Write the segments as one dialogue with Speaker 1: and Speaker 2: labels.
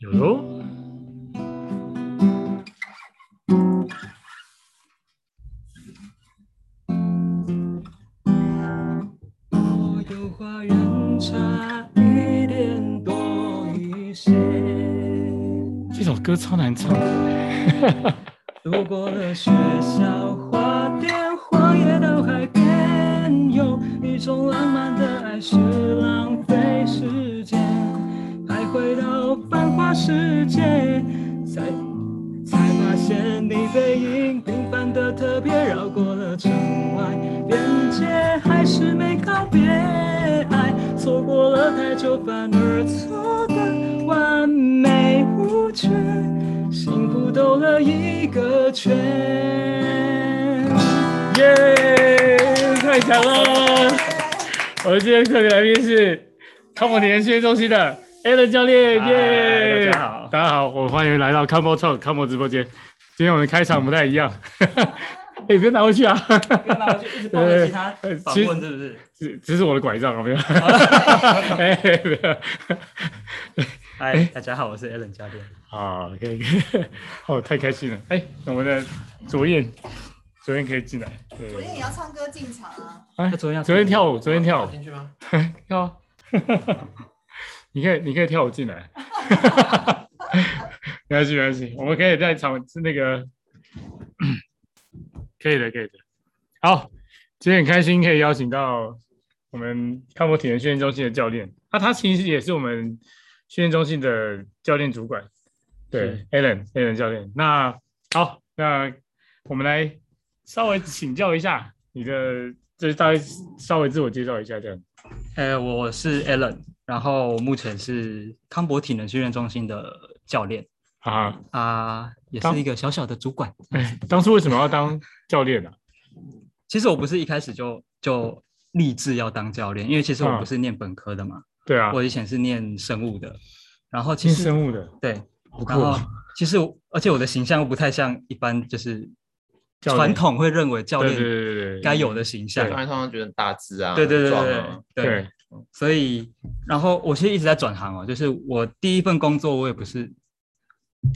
Speaker 1: So.
Speaker 2: Hm.
Speaker 1: 这首歌超难唱，
Speaker 2: 路过了学校花店，荒野到海边，有一种浪漫的爱是浪费时间，还回到繁华世界，才才发现你背影平凡的特别，绕过了城外边界，还是没告别爱，错过了太久，反而错得完美无缺。幸福兜了一个圈。
Speaker 1: 耶、太强了！我们今天特别来宾是康博体验训练中心的 a l a n 教练，耶、
Speaker 3: 嗨大家好
Speaker 1: 大家好，我欢迎来到康博 Talk 康博直播间。今天我们开场不太一 样，哎、别拿回去啊！
Speaker 3: 干嘛我就一直抱着吉他
Speaker 1: 呃
Speaker 3: 访
Speaker 1: 其实
Speaker 3: 问，是不是？
Speaker 1: 这这是我的拐杖，有啊 没有？哎、没有。
Speaker 3: 嗨，大家好，我是 Alan 教练。
Speaker 1: 好，可以，可以哦，太开心了。哎、我们的左燕，左燕可以进来。对
Speaker 4: 昨天也要唱歌进场啊！
Speaker 1: 哎
Speaker 3: 昨天要
Speaker 1: 昨天跳舞，昨天跳舞，
Speaker 5: 哦进去吗？
Speaker 1: 跳啊。你可以，你可以跳舞进 来。没关系，没关系，我们可以在场那个， 可以的，可以的。好，今天很开心可以邀请到我们康博体能训练中心的教练，那、他其实也是我们训练中心的教练主管，对
Speaker 3: 是
Speaker 1: ，Alan Alan 教练。那好，那我们来稍微请教一下你的，就是大概稍微自我介绍一下这样。
Speaker 3: 呃，我是 Alan，然后我目前是康博体能训练中心的教练
Speaker 1: 啊，
Speaker 3: 啊、也
Speaker 1: 康
Speaker 3: 是一个小小的主管。
Speaker 1: 哎，当初为什么要当教练啊呢、
Speaker 3: 其实我不是一开始就就立志要当教练，因为其实我
Speaker 1: 嗯
Speaker 3: 不是念本科的嘛，
Speaker 1: 对啊，
Speaker 3: 我以前是念生物的。然后其
Speaker 1: 念
Speaker 3: 实
Speaker 1: 生物的，
Speaker 3: 对，
Speaker 1: 好酷
Speaker 3: 然后
Speaker 1: 哦！
Speaker 3: 其实我而且我的形象又不太像一般就是
Speaker 1: 教练
Speaker 3: 传统会认为教
Speaker 1: 对对
Speaker 3: 练
Speaker 1: 对对对，
Speaker 3: 该有的形象
Speaker 5: 一。般通常觉得很大只啊，
Speaker 3: 对对对对
Speaker 5: 很壮
Speaker 3: 对
Speaker 5: 啊
Speaker 3: 对
Speaker 1: 对
Speaker 3: 所以，然后我其实一直在转行哦，就是我第一份工作我也不是，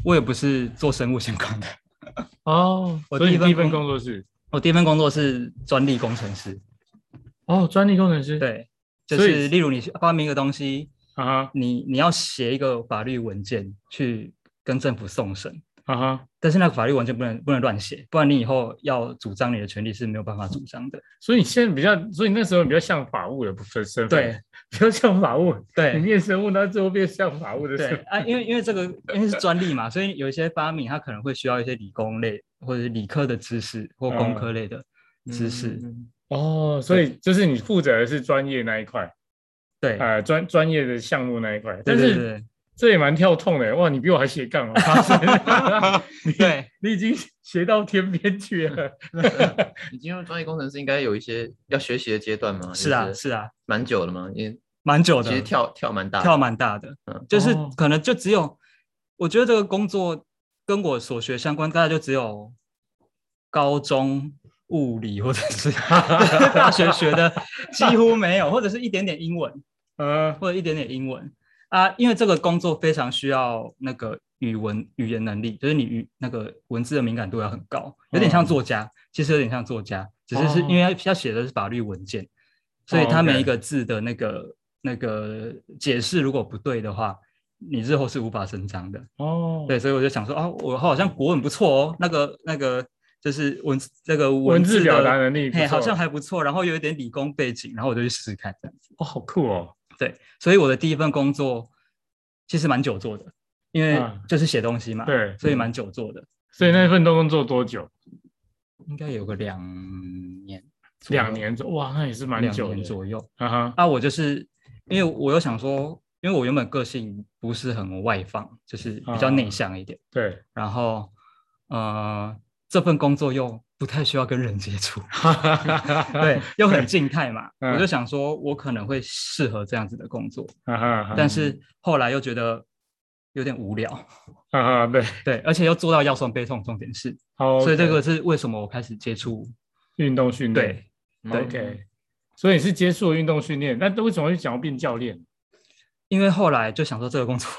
Speaker 3: 我也不是做生物相关的，
Speaker 1: 哦。
Speaker 3: 我
Speaker 1: 所以
Speaker 3: 第一
Speaker 1: 你第一份
Speaker 3: 份工
Speaker 1: 工作是
Speaker 3: 我第一份工作是专利工程师，
Speaker 1: 哦，专利工程师。
Speaker 3: 对，就
Speaker 1: 所以
Speaker 3: 是例如你发明一个东西，
Speaker 1: 啊哈
Speaker 3: 你你要写一个法律文件去跟政府送审，
Speaker 1: 啊哈，
Speaker 3: 但是那个法律文件不能不能乱写，不然你以后要主张你的权利是没有办法主张的。
Speaker 1: 所以你现在比较，所以那时候你比较像法务的部分身份，
Speaker 3: 对，
Speaker 1: 比较像法务。你
Speaker 3: 对
Speaker 1: 念生物，那最后变像法务的身
Speaker 3: 对
Speaker 1: 份。
Speaker 3: 啊，因为因为这个因为是专利嘛，所以有一些发明它可能会需要一些理工类或者是理科的知识或工科类的知识。
Speaker 5: 嗯
Speaker 1: 哦，所以就是你负责的是专业那一块，
Speaker 3: 对，
Speaker 5: 哎
Speaker 1: 呃，专专业的项目那一块，
Speaker 3: 对
Speaker 1: 但
Speaker 3: 对
Speaker 1: 是
Speaker 3: 对
Speaker 1: 这也蛮跳痛的，哇，你比我还斜杠哦，发 现
Speaker 3: 对 对
Speaker 1: 你已经斜到天边去了。
Speaker 5: 呃你进入专业工程师应该有一些要学习的阶段吗？
Speaker 3: 是啊
Speaker 5: 就是
Speaker 3: 啊，
Speaker 5: 蛮久了吗？因为
Speaker 3: 蛮久的
Speaker 5: 其，实跳跳蛮大的，
Speaker 3: 跳蛮大的
Speaker 5: 嗯，
Speaker 3: 就是
Speaker 1: 哦
Speaker 3: 可能就只有，我觉得这个工作跟我所学相关，大概就只有高中物理或者是 大学学的几乎没有，或者是一点点英文，
Speaker 1: 呃，
Speaker 3: 或者一点点英文啊，因为这个工作非常需要那个语文语言能力，就是你语那个文字的敏感度要很高，有
Speaker 1: 嗯
Speaker 3: 点像作家，其实有点像作家，只是是因为要要写的是法律文件，所以
Speaker 1: 哦
Speaker 3: 它
Speaker 1: ，OK
Speaker 3: 每一个字的那个那个解释如果不对的话。你日后是无法伸张的，
Speaker 1: 哦，
Speaker 3: 对，所以我就想说啊，我好像国文不错哦，那个那个就是文字那个
Speaker 1: 文字
Speaker 3: 字
Speaker 1: 表
Speaker 3: 的
Speaker 1: 达能力不
Speaker 3: 嘿，好
Speaker 1: 错
Speaker 3: 像还不错，然后有一点理工背景，然后我就去试试看这样。
Speaker 1: 哦，好酷哦，
Speaker 3: 对，所以我的第一份工作其实蛮久做的，因为
Speaker 1: 嗯
Speaker 3: 就是写东西嘛，
Speaker 1: 对嗯
Speaker 3: 所以蛮久做的，
Speaker 1: 所以那份工作多久？
Speaker 3: 应该有个两年左右，
Speaker 1: 两年左哇，那也是蛮
Speaker 3: 两
Speaker 1: 久
Speaker 3: 年
Speaker 1: 的。
Speaker 3: 左右。
Speaker 1: 啊哈，
Speaker 3: 啊，我就是因为我又想说，因为我原本个性不是很外放，就是比较内
Speaker 1: 啊
Speaker 3: 向一点，
Speaker 1: 对，
Speaker 3: 然后呃，这份工作又不太需要跟人接 触，
Speaker 1: 啊
Speaker 3: 对，又很静态嘛，
Speaker 1: 嗯
Speaker 3: 我就想说，我可能会适合这样子的工作，
Speaker 1: 啊哈，啊哈
Speaker 3: 但是后来又觉得有点无聊。
Speaker 1: 啊 哈，对，
Speaker 3: 对，而且又做到腰酸背痛，重点是，
Speaker 1: 好，
Speaker 3: 所以这个是为什么我开始接触
Speaker 1: 运动训练，
Speaker 3: 对
Speaker 5: 嗯
Speaker 3: 对
Speaker 1: OK，所以你是接触了运动训练，那为什么会想要变教练？
Speaker 3: 因为后来就想说这个工作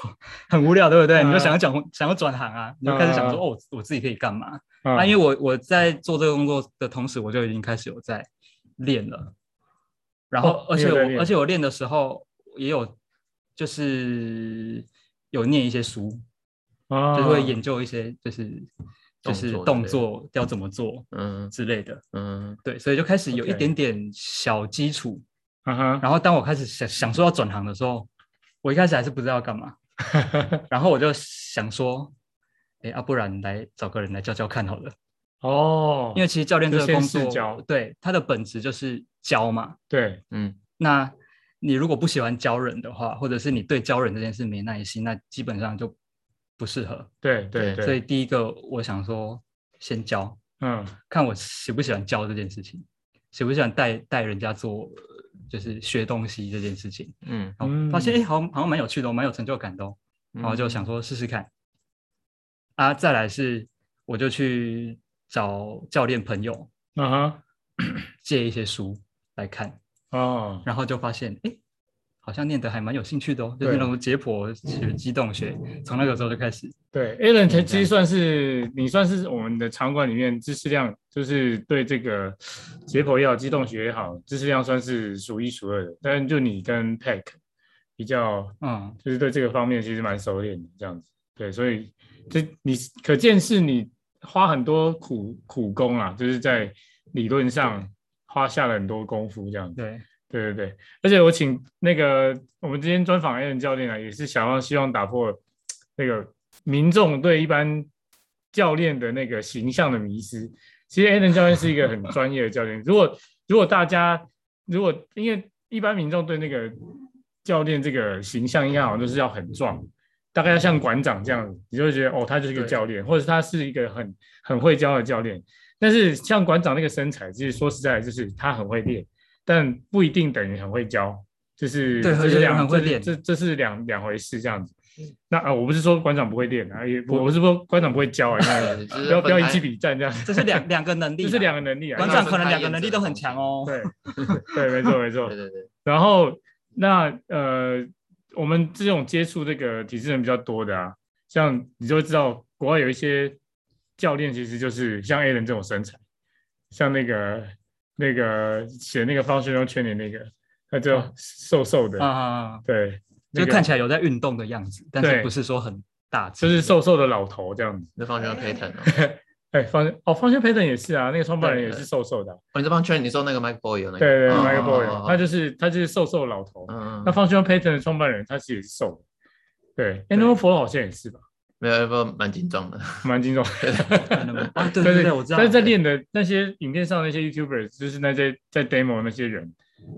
Speaker 3: 很无聊，对不对？你
Speaker 1: 嗯
Speaker 3: 就想要讲想要转行啊，你就开始想说、
Speaker 1: 嗯
Speaker 3: 哦，我我自己可以干嘛？啊，
Speaker 1: 啊
Speaker 3: 因为我我在做这个工作的同时，我就已经开始有在练了，然后、
Speaker 1: 哦
Speaker 3: 而
Speaker 1: 你
Speaker 3: 且
Speaker 1: 有在
Speaker 3: 我
Speaker 1: 练
Speaker 3: 而且我练的时候也有就是有念一些书，
Speaker 1: 啊
Speaker 3: 就是会研究一些就是就
Speaker 5: 动
Speaker 3: 是
Speaker 5: 作之
Speaker 3: 动
Speaker 5: 类的
Speaker 3: 作要怎么做
Speaker 5: 嗯
Speaker 3: 之类的，
Speaker 5: 嗯，
Speaker 3: 对，所以就开始有一
Speaker 1: OK
Speaker 3: 点点小基础。
Speaker 1: 啊哈，
Speaker 3: 然后当我开始想想说要转行的时候，我一开始还是不知道要 干嘛，然后我就想说，哎，啊，不然来找个人来教教看好了。
Speaker 1: 哦，
Speaker 3: 因为其实教练这
Speaker 1: 就
Speaker 3: 个
Speaker 1: 先
Speaker 3: 工
Speaker 1: 试
Speaker 3: 作
Speaker 1: 教，
Speaker 3: 对它的本质就是教嘛。
Speaker 1: 对，
Speaker 5: 嗯，
Speaker 3: 那你如果不喜欢教人的话，或者是你对教人这件事没耐心，那基本上就不适合。
Speaker 1: 对对
Speaker 5: 对
Speaker 1: 对，
Speaker 3: 所以第一个，我想说先教，
Speaker 1: 嗯
Speaker 3: 看我喜不喜欢教这件事情，喜不喜欢带带人家做，呃就是学东西这件事情。
Speaker 5: 嗯
Speaker 3: 然后发现哎、
Speaker 1: 嗯
Speaker 3: 诶好像好像蛮有趣的、哦，蛮有成就感的、哦。
Speaker 5: 嗯，
Speaker 3: 然后就想说试试看。啊，再来是我就去找教练朋友，
Speaker 1: 啊哈，
Speaker 3: 借一些书来看，
Speaker 1: 哦，
Speaker 3: 然后就发现，哎，好像念得还蛮有兴趣的哦，就
Speaker 1: 对
Speaker 3: 是那种解剖学、机动学，从那个时候就开始。
Speaker 1: 对，Alan
Speaker 3: 这样
Speaker 1: 其实算是你算是我们的场馆里面知识量，就是对这个解剖也好、机动学也好，知识量算是数一数二的。但就你跟 Pack 比较，
Speaker 3: 嗯，
Speaker 1: 就是对这个方面其实蛮熟练的这样子。对，所以这你可见是你花很多苦苦功啊，就是在理论上花下了很多功夫这样子。
Speaker 3: 对，
Speaker 1: 对对对，而且我请那个我们今天专访 a n 教练啊，也是想要希望打破那个民众对一般教练的那个形象的迷失。其实 a n 教练是一个很专业的教练，如果如果大家如果因为一般民众对那个教练这个形象，应该好像就是要很壮，大概要像馆长这样子，你就会觉得哦，他就是一个
Speaker 3: 对
Speaker 1: 教练，或者是他是一个很很会教的教练。但是像馆长那个身材，其实说实在的，就是他很会练，但不一定等于很会教，就是
Speaker 3: 对
Speaker 1: 这
Speaker 3: 有
Speaker 1: 是
Speaker 3: 些人
Speaker 1: 两
Speaker 3: 很会
Speaker 1: 这是
Speaker 3: 练嗯
Speaker 1: 这这是两两回事这样子。那啊、我不是说馆长不会练啊，也我我是说馆长不会 教啊，
Speaker 5: 对
Speaker 1: 那
Speaker 5: 这
Speaker 1: 个
Speaker 5: 是
Speaker 1: 不要
Speaker 5: 分
Speaker 1: 不要一
Speaker 5: 开
Speaker 1: 起比战这样，
Speaker 3: 这是两两个能力，
Speaker 1: 这是两个。能力啊。
Speaker 3: 馆
Speaker 5: 那
Speaker 3: 长
Speaker 5: 是
Speaker 3: 可能
Speaker 5: 他
Speaker 3: 两个
Speaker 5: 演
Speaker 3: 能
Speaker 5: 这
Speaker 3: 力
Speaker 5: 个
Speaker 3: 都很
Speaker 5: 东西
Speaker 3: 强哦。
Speaker 1: 对对，没 错没错
Speaker 5: 对。对对，
Speaker 1: 然后那呃，我们这种接触这个体制人比较多的啊，像你就会知道，国外有一些教练其实就是像 A 人这种身材，像那个那个写那个方学中圈里那个，他就
Speaker 3: 啊
Speaker 1: 瘦瘦的，
Speaker 3: 啊，
Speaker 1: 对，
Speaker 3: 就
Speaker 1: 那个
Speaker 3: 看起来有在运动的样子，但是
Speaker 1: 对
Speaker 3: 不是说很大只，
Speaker 1: 就是瘦瘦的老头这样子。
Speaker 5: 那方向 Payton 哦，
Speaker 1: 哎，方哦，方轩培登也是啊，那个创办人也
Speaker 5: 对
Speaker 1: 是瘦瘦的啊、
Speaker 5: 哦你这方圈你说那个 Mike Boy 有那个，
Speaker 1: 对对对
Speaker 5: 哦
Speaker 1: m i c
Speaker 5: 哦
Speaker 1: Boy，
Speaker 5: 哦哦
Speaker 1: 他就是他就是瘦瘦的老头。
Speaker 5: 嗯，
Speaker 1: 那
Speaker 5: 那
Speaker 1: 方轩培登的创办人他其实也是瘦的，对，Animal f o r 好像也是吧，
Speaker 5: 没有，不蛮紧张的，
Speaker 1: 蛮精壮。
Speaker 3: 真的 吗啊，
Speaker 1: 但
Speaker 3: 对对
Speaker 1: 是
Speaker 3: 对，我知道。
Speaker 1: 但是在练的那些影片上那些 YouTuber，就是那些在 demo 那些人，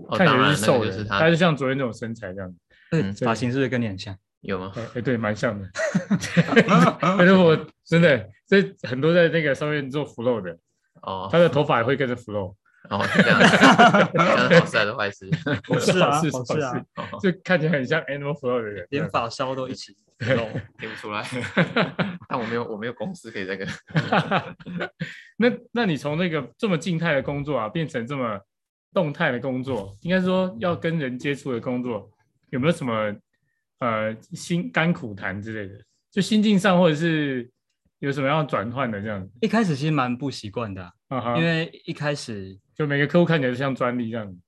Speaker 5: 哦，
Speaker 1: 看起
Speaker 5: 当
Speaker 1: 来
Speaker 5: 然
Speaker 1: 是
Speaker 5: 那
Speaker 1: 瘦
Speaker 5: 个
Speaker 1: 的，
Speaker 5: 就是
Speaker 1: 他
Speaker 5: 他
Speaker 1: 就像昨天这种身材这样子。
Speaker 3: 对
Speaker 5: 嗯
Speaker 3: 发型是不是跟你很 像？
Speaker 5: 有吗？
Speaker 1: 哎、哎对，蛮像 的。但是我真的，这很多在那个上面做 flow 的，
Speaker 5: 哦，
Speaker 1: 他的头发也会跟着 flow，
Speaker 5: 哦，是这样子， 这样是好事还是坏事？
Speaker 3: 是 啊，
Speaker 1: 是
Speaker 3: 是啊，
Speaker 5: 哦
Speaker 1: 就看起来很像 Animal Flow 的人。
Speaker 3: 连发梢都 一起露。
Speaker 5: 听不出来，但我没有，我没有公司可以这个。
Speaker 1: 那那你从那个这么静态的工作啊，变成这么动态的工作，应该
Speaker 3: 嗯
Speaker 1: 说要跟人接触的工作，有没有什么呃心甘苦谈之类的？就心境上或者是有什么要转换的这样子？
Speaker 3: 一开始其实蛮不习惯的啊，
Speaker 1: 啊哈，
Speaker 3: 因为一开 始
Speaker 1: 就每个客户看起来就像专利这样子。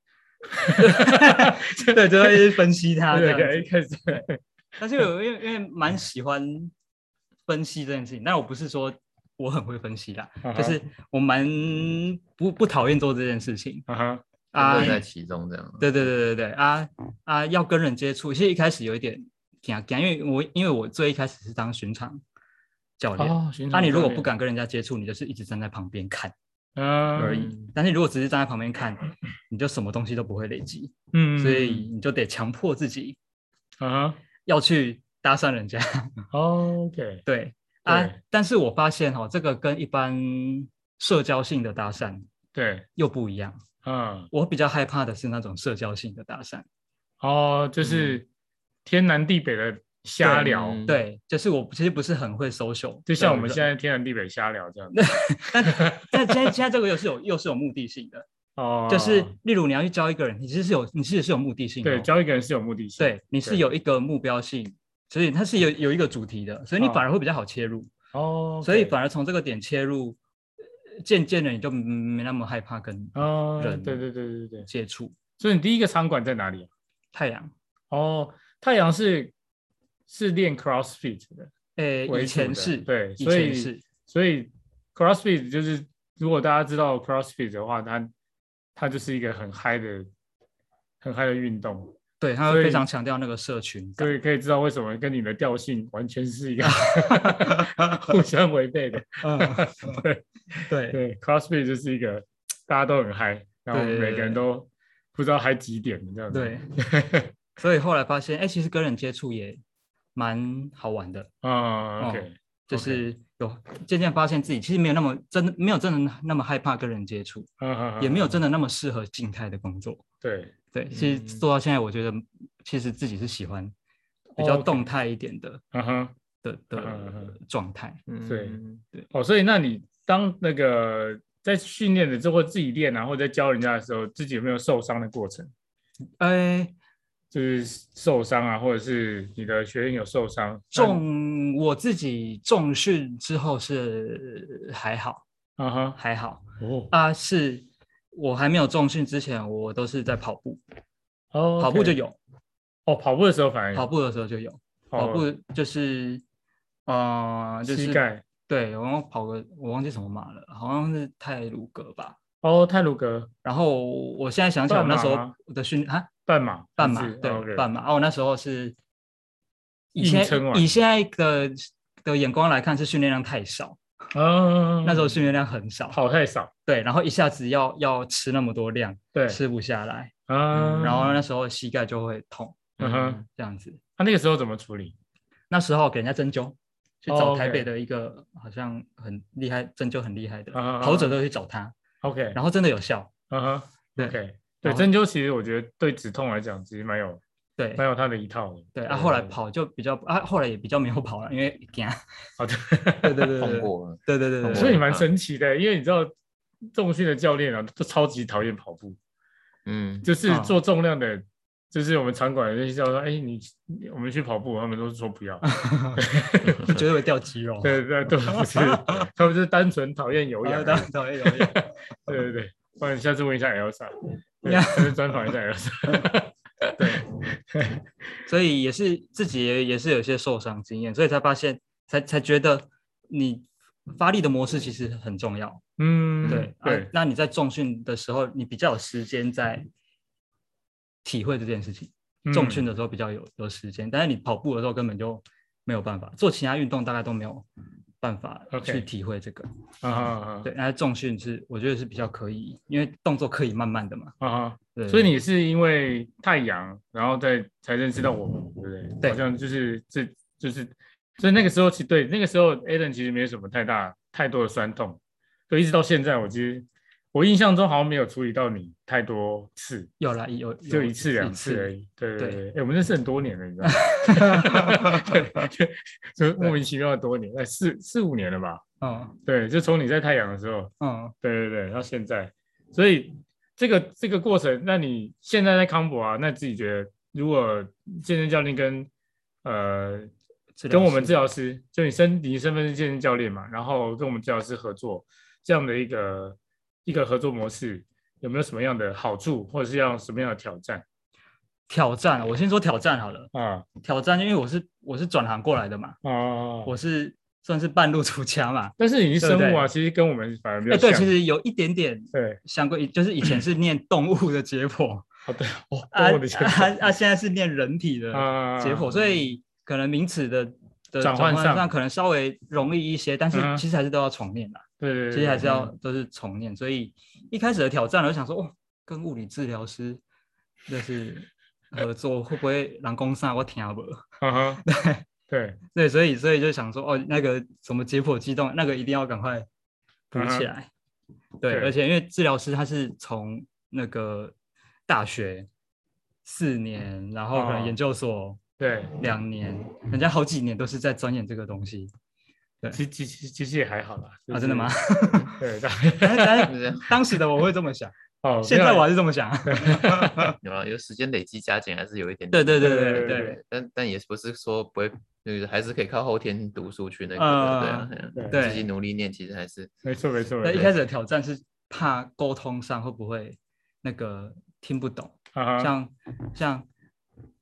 Speaker 3: 对，就会分析它啊这
Speaker 1: 对
Speaker 3: 样
Speaker 1: 对，
Speaker 3: 子。
Speaker 1: 一开始
Speaker 3: 但是我因为因为蛮喜欢分析这件事情，但我不是说我很会分析啦，
Speaker 1: 啊哈
Speaker 3: 就是我蛮不不讨厌做这件事情
Speaker 1: 啊哈，
Speaker 3: 啊。
Speaker 5: 乐在其中这样。
Speaker 3: 对对对对对啊啊！要跟人接触，其实一开始有一点怕怕，因为我因为我最一开始是当巡场教练，
Speaker 1: 哦，
Speaker 3: 那、你如果不敢跟人家接触，你就是一直站在旁边看而
Speaker 1: 而
Speaker 3: 已。但是如果只是站在旁边看，你就什么东西都不会累积，
Speaker 1: 嗯，
Speaker 3: 所以你就得强迫自己
Speaker 1: 啊哈
Speaker 3: 要去搭讪人家。
Speaker 1: 哦，OK，
Speaker 3: 对啊
Speaker 1: 对，
Speaker 3: 但是我发现哦，这个跟一般社交性的搭讪
Speaker 1: 对，
Speaker 3: 又不一样。
Speaker 1: 啊，
Speaker 3: 我比较害怕的是那种社交性的搭讪，
Speaker 1: 哦，就是天南地北的瞎
Speaker 3: 嗯对
Speaker 1: 聊，
Speaker 5: 嗯
Speaker 3: 对，就是我其实不是很会 social，
Speaker 1: 就像我们
Speaker 3: 的人
Speaker 1: 现在天南地北瞎聊这样子。
Speaker 3: 但但现在现在这个又是有又是有目的性的，
Speaker 1: 哦，
Speaker 3: 就是例如你要去教一个人，你其实是有你其实是有目的性的哦、
Speaker 1: 对教一个人是有目的性，
Speaker 3: 对，你是
Speaker 1: 对
Speaker 3: 有一个目标性，所以它是有有一个主题的，所以你
Speaker 1: 哦
Speaker 3: 反而会比较好切入，
Speaker 1: 哦，
Speaker 3: 所以反而从这个点切入，呃渐渐的你就没那么害怕跟
Speaker 1: 啊，对
Speaker 3: 人
Speaker 1: 对对对对对，
Speaker 3: 接触
Speaker 1: 所以你第一个场馆在哪里啊？
Speaker 3: 太阳。
Speaker 1: 哦，太阳是是练 CrossFit 的，为
Speaker 3: 诶，以
Speaker 1: 主的
Speaker 3: 前是，
Speaker 1: 对
Speaker 3: 以
Speaker 1: 所
Speaker 3: 前
Speaker 1: 以
Speaker 3: 是，
Speaker 1: 所以 CrossFit 就是如果大家知道 CrossFit 的话，它它就是一个很嗨的、很嗨的运动，
Speaker 3: 对，他
Speaker 1: 所
Speaker 3: 会
Speaker 1: 以
Speaker 3: 非常强调那个社群
Speaker 1: 所
Speaker 3: 感。
Speaker 1: 以可以知道为什么跟你的调性完全是一个 互相违背的。对
Speaker 3: 对
Speaker 1: 对，CrossFit 就是一个大家都很嗨，然后
Speaker 3: 对对
Speaker 1: 每个人
Speaker 3: 对
Speaker 1: 都不知道嗨几点这样子。
Speaker 3: 对，所以后来发现，哎，其实跟人接触也蛮好玩的，
Speaker 1: 啊，OK，
Speaker 3: 就
Speaker 1: OK
Speaker 3: 是有渐渐发现自己其实没有那么真的没有真的那么害怕跟人接触，
Speaker 1: 啊啊啊
Speaker 3: 哦也没有
Speaker 1: 啊
Speaker 3: 真的那么适合静态的工作。
Speaker 1: 对
Speaker 3: 对，其实
Speaker 1: 嗯
Speaker 3: 做到现在，我觉得其实自己是喜欢比较
Speaker 1: OK
Speaker 3: 动态一点的
Speaker 1: 啊哈。
Speaker 3: 的
Speaker 1: 嗯嗯
Speaker 3: 的状态。
Speaker 1: 对
Speaker 5: 嗯
Speaker 1: 哦，所以那你当那个在训练的时候，或自己练啊，或者在教人家的时候，自己有没有受伤的过程？
Speaker 3: 哎，
Speaker 1: 就是受伤啊，或者是你的学员有受伤？
Speaker 3: 重我自己重训之后是还好
Speaker 1: 那啊哈，
Speaker 3: 还好
Speaker 1: 哦，
Speaker 3: 啊，是我还没有重训之前，我都是在跑步，
Speaker 1: 哦
Speaker 3: 跑步就有，
Speaker 1: 哦，跑步的时候反而有
Speaker 3: 跑步的时候就有，跑
Speaker 1: 哦
Speaker 3: 步就是呃就是
Speaker 1: 膝盖
Speaker 3: 对，然后跑个我忘记什么马了，好像是泰鲁格吧。
Speaker 1: 哦，泰鲁格
Speaker 3: 然后我现在想起来，我
Speaker 1: 半
Speaker 3: 那
Speaker 1: 马
Speaker 3: 时候
Speaker 1: 吗
Speaker 3: 我的训啊，
Speaker 1: 半马，
Speaker 3: 半马
Speaker 1: 还是
Speaker 3: 对
Speaker 1: 哦，OK
Speaker 3: 半马，啊，我那时候是以
Speaker 1: 硬
Speaker 3: 现
Speaker 1: 撑
Speaker 3: 在
Speaker 1: 完
Speaker 3: 以现在的的眼光来看，是训练量太少，
Speaker 1: 啊，
Speaker 3: 那时候训练量很少，
Speaker 1: 跑太少，
Speaker 3: 对，然后一下子要要吃那么多量，
Speaker 1: 对
Speaker 3: 吃不下来，嗯
Speaker 1: 啊，
Speaker 3: 然后那时候膝盖就会痛，
Speaker 1: 嗯哼，
Speaker 3: 这样子。
Speaker 1: 他那个时候怎么处理？
Speaker 3: 那时候给人家针灸，去
Speaker 1: 哦
Speaker 3: 找
Speaker 1: ，OK
Speaker 3: 台北的一个好像很厉害针灸很厉害的
Speaker 1: 啊啊啊啊
Speaker 3: 跑者都去找他，
Speaker 1: OK，
Speaker 3: 然后真的有效，
Speaker 1: 啊哈
Speaker 3: 对
Speaker 1: ，OK，对，
Speaker 3: 然后
Speaker 1: 针灸其实我觉得对止痛来讲，其实蛮有
Speaker 3: 对
Speaker 1: 蛮有它的一套的。
Speaker 3: 对啊，后
Speaker 1: 呃
Speaker 3: 来跑就比较啊，后来也比较没有跑了，因为惊，
Speaker 1: 好的，
Speaker 3: 对对对
Speaker 5: 通
Speaker 3: 对
Speaker 5: 过了，
Speaker 3: 对对对对，嗯
Speaker 1: 所以你
Speaker 5: 你
Speaker 1: 蛮神奇的，因为你知道重训的教练啊，都超级讨厌跑步，
Speaker 5: 嗯，
Speaker 1: 就是
Speaker 3: 嗯
Speaker 1: 做重量的，就是我们场馆的那些教练说，哎，你你我们去跑步，他们都是说不 要，
Speaker 3: 绝对会掉肌肉。
Speaker 1: 对对对，不是，他们就是单纯讨厌有氧而
Speaker 3: 啊，
Speaker 1: 已，
Speaker 3: 导导演导演，
Speaker 1: 对对对，不然下次问一下 Elsa，对
Speaker 3: 呀
Speaker 1: 下次专访一下 Elsa，
Speaker 3: 所以也是自己也也是有一些受伤经验，所以才发现才才觉得你发力的模式其实很重要。
Speaker 1: 嗯，
Speaker 3: 对啊
Speaker 1: 对，，
Speaker 3: 那你在重训的时候，你比较有时间在体会这件事情。啊重训
Speaker 1: 的
Speaker 3: 的时候比较有有时间，但是你跑步的时候根本就没有办法，做其他运动大概都没有办法
Speaker 1: OK
Speaker 3: 去体会这个。
Speaker 1: 啊啊
Speaker 3: 对，那重训是我觉得是比较可以，因为动作可以慢慢的嘛。
Speaker 1: 啊啊。
Speaker 3: 对，
Speaker 1: 所以你是因为太阳，然后再才认识到我们，对不对？
Speaker 3: 对
Speaker 1: 好像就是这就是，所以那个时候其实对那个时候 Alan 其实没有什么太大太多的酸痛，就一直到现在，我其实我印象中好像没有处理到你太多次，
Speaker 3: 有啦，有有
Speaker 1: 就一次两次
Speaker 3: 次
Speaker 1: 而已。 对对
Speaker 3: 对
Speaker 1: 对，哎，我们认识很多年了，你知道吗？对就就莫名其妙的多年，哎，四四五年了吧？
Speaker 3: 嗯
Speaker 1: 对，就从你在太阳的时候，
Speaker 3: 嗯，
Speaker 1: 对对对，到现在，所以这个这个过程，那你现在在康博啊，那自己觉得，如果健身教练跟呃
Speaker 3: 治疗
Speaker 1: 跟我们
Speaker 3: 师
Speaker 1: 治疗师，就你身你身份是健身教练嘛，然后跟我们治疗师合作这样的一个一个合作模式，有没有什么样的好处，或者是要什么样的挑战
Speaker 3: 挑战，啊我先说挑战好了。
Speaker 1: 啊
Speaker 3: 挑战，因为我是我是转行过来的嘛，
Speaker 1: 啊？
Speaker 3: 我是算是半路出家嘛。
Speaker 1: 但是你是生
Speaker 3: 对
Speaker 1: 物
Speaker 3: 不
Speaker 1: 啊，
Speaker 3: 对
Speaker 1: 其实跟我们反而比
Speaker 3: 哎、
Speaker 1: 较像。
Speaker 3: 对，其实有一点点
Speaker 1: 对，
Speaker 3: 相关，就是 以前是念动物的解剖，
Speaker 1: 好 的，哦，
Speaker 3: 啊
Speaker 1: 我的天
Speaker 3: 啊啊，现在是念人体的
Speaker 1: 啊
Speaker 3: 解剖，所以可能名词的的
Speaker 1: 转换上
Speaker 3: 上可能稍微容易一些，但是
Speaker 1: 嗯
Speaker 3: 其实还是都要重念啦，
Speaker 1: 对对对，
Speaker 3: 其实还是要
Speaker 1: 嗯
Speaker 3: 都是重念。所以一开始的挑战，我就想说，哦，跟物理治疗师就是合作，会不会狼公上我听不？
Speaker 1: 啊哈，对。
Speaker 3: 对，所以所以就想说，哦，那个什么解剖机动，那个一定要赶快补
Speaker 1: 嗯哼
Speaker 3: 起来。对，
Speaker 1: 对
Speaker 3: 而且因为治疗师他是从那个大学四年，然后可能
Speaker 1: 哦
Speaker 3: 研究所
Speaker 1: 对，
Speaker 3: 两年，人家好几年都是在钻研这个 东西。
Speaker 1: 其其其其实也还好啦。就嗯
Speaker 3: 啊真的吗
Speaker 1: 是？对，大
Speaker 3: 但但
Speaker 5: 是这样
Speaker 3: 当时的我会这么想，
Speaker 1: 哦，
Speaker 3: 现在我还是这么想。
Speaker 5: 有啊，有时间累积加减还是有一点。
Speaker 3: 对对对
Speaker 1: 对
Speaker 3: 对
Speaker 1: 对
Speaker 3: 对
Speaker 5: 但但也不是说不会，就是还是可以靠后天读书去那个
Speaker 3: 呃
Speaker 5: 的，对啊，对啊
Speaker 3: 对
Speaker 5: 自己努力念，其实还是
Speaker 1: 没错没错，
Speaker 3: 那
Speaker 1: 没
Speaker 3: 一
Speaker 1: 错
Speaker 3: 开始的挑战是怕沟通上会不会那个听不懂，
Speaker 1: 啊哈，
Speaker 3: 像像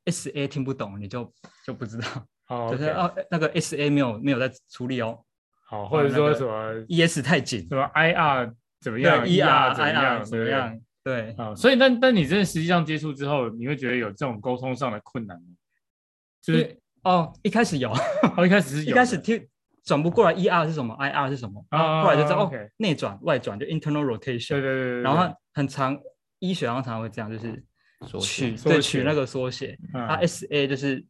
Speaker 3: S A 听不懂你就就不知道，
Speaker 1: 好
Speaker 3: 就是
Speaker 1: OK
Speaker 3: 哦那个 S A 没有没有在处理哦
Speaker 1: 好，或者
Speaker 3: 那
Speaker 1: 说
Speaker 3: 个
Speaker 1: 什么
Speaker 3: ，E S 太紧，
Speaker 1: 什么 IR 怎么
Speaker 3: 对
Speaker 1: 样
Speaker 3: ，E R
Speaker 1: 啊怎么
Speaker 3: I
Speaker 1: 样
Speaker 3: R 怎么？样？对
Speaker 1: 对，啊，所以但但你真的实际上接触之后，你会觉得有这种沟通上的困难吗？就是
Speaker 3: 哦，一开始有，
Speaker 1: 哦，一开始是有
Speaker 3: 一
Speaker 1: 的，
Speaker 3: 开始听转不过来，E R 是什么，I R 是什么，
Speaker 1: 啊
Speaker 3: 后来就知道哦
Speaker 1: OK，
Speaker 3: 内转外转就 internal
Speaker 1: 对对
Speaker 3: rotation，
Speaker 1: 对对，对
Speaker 3: 然后很长医学上常常会这样，就是
Speaker 5: 说
Speaker 3: 取
Speaker 1: 缩
Speaker 3: 对
Speaker 1: 写
Speaker 3: 取那个缩写，啊
Speaker 1: 啊，
Speaker 3: S A 就是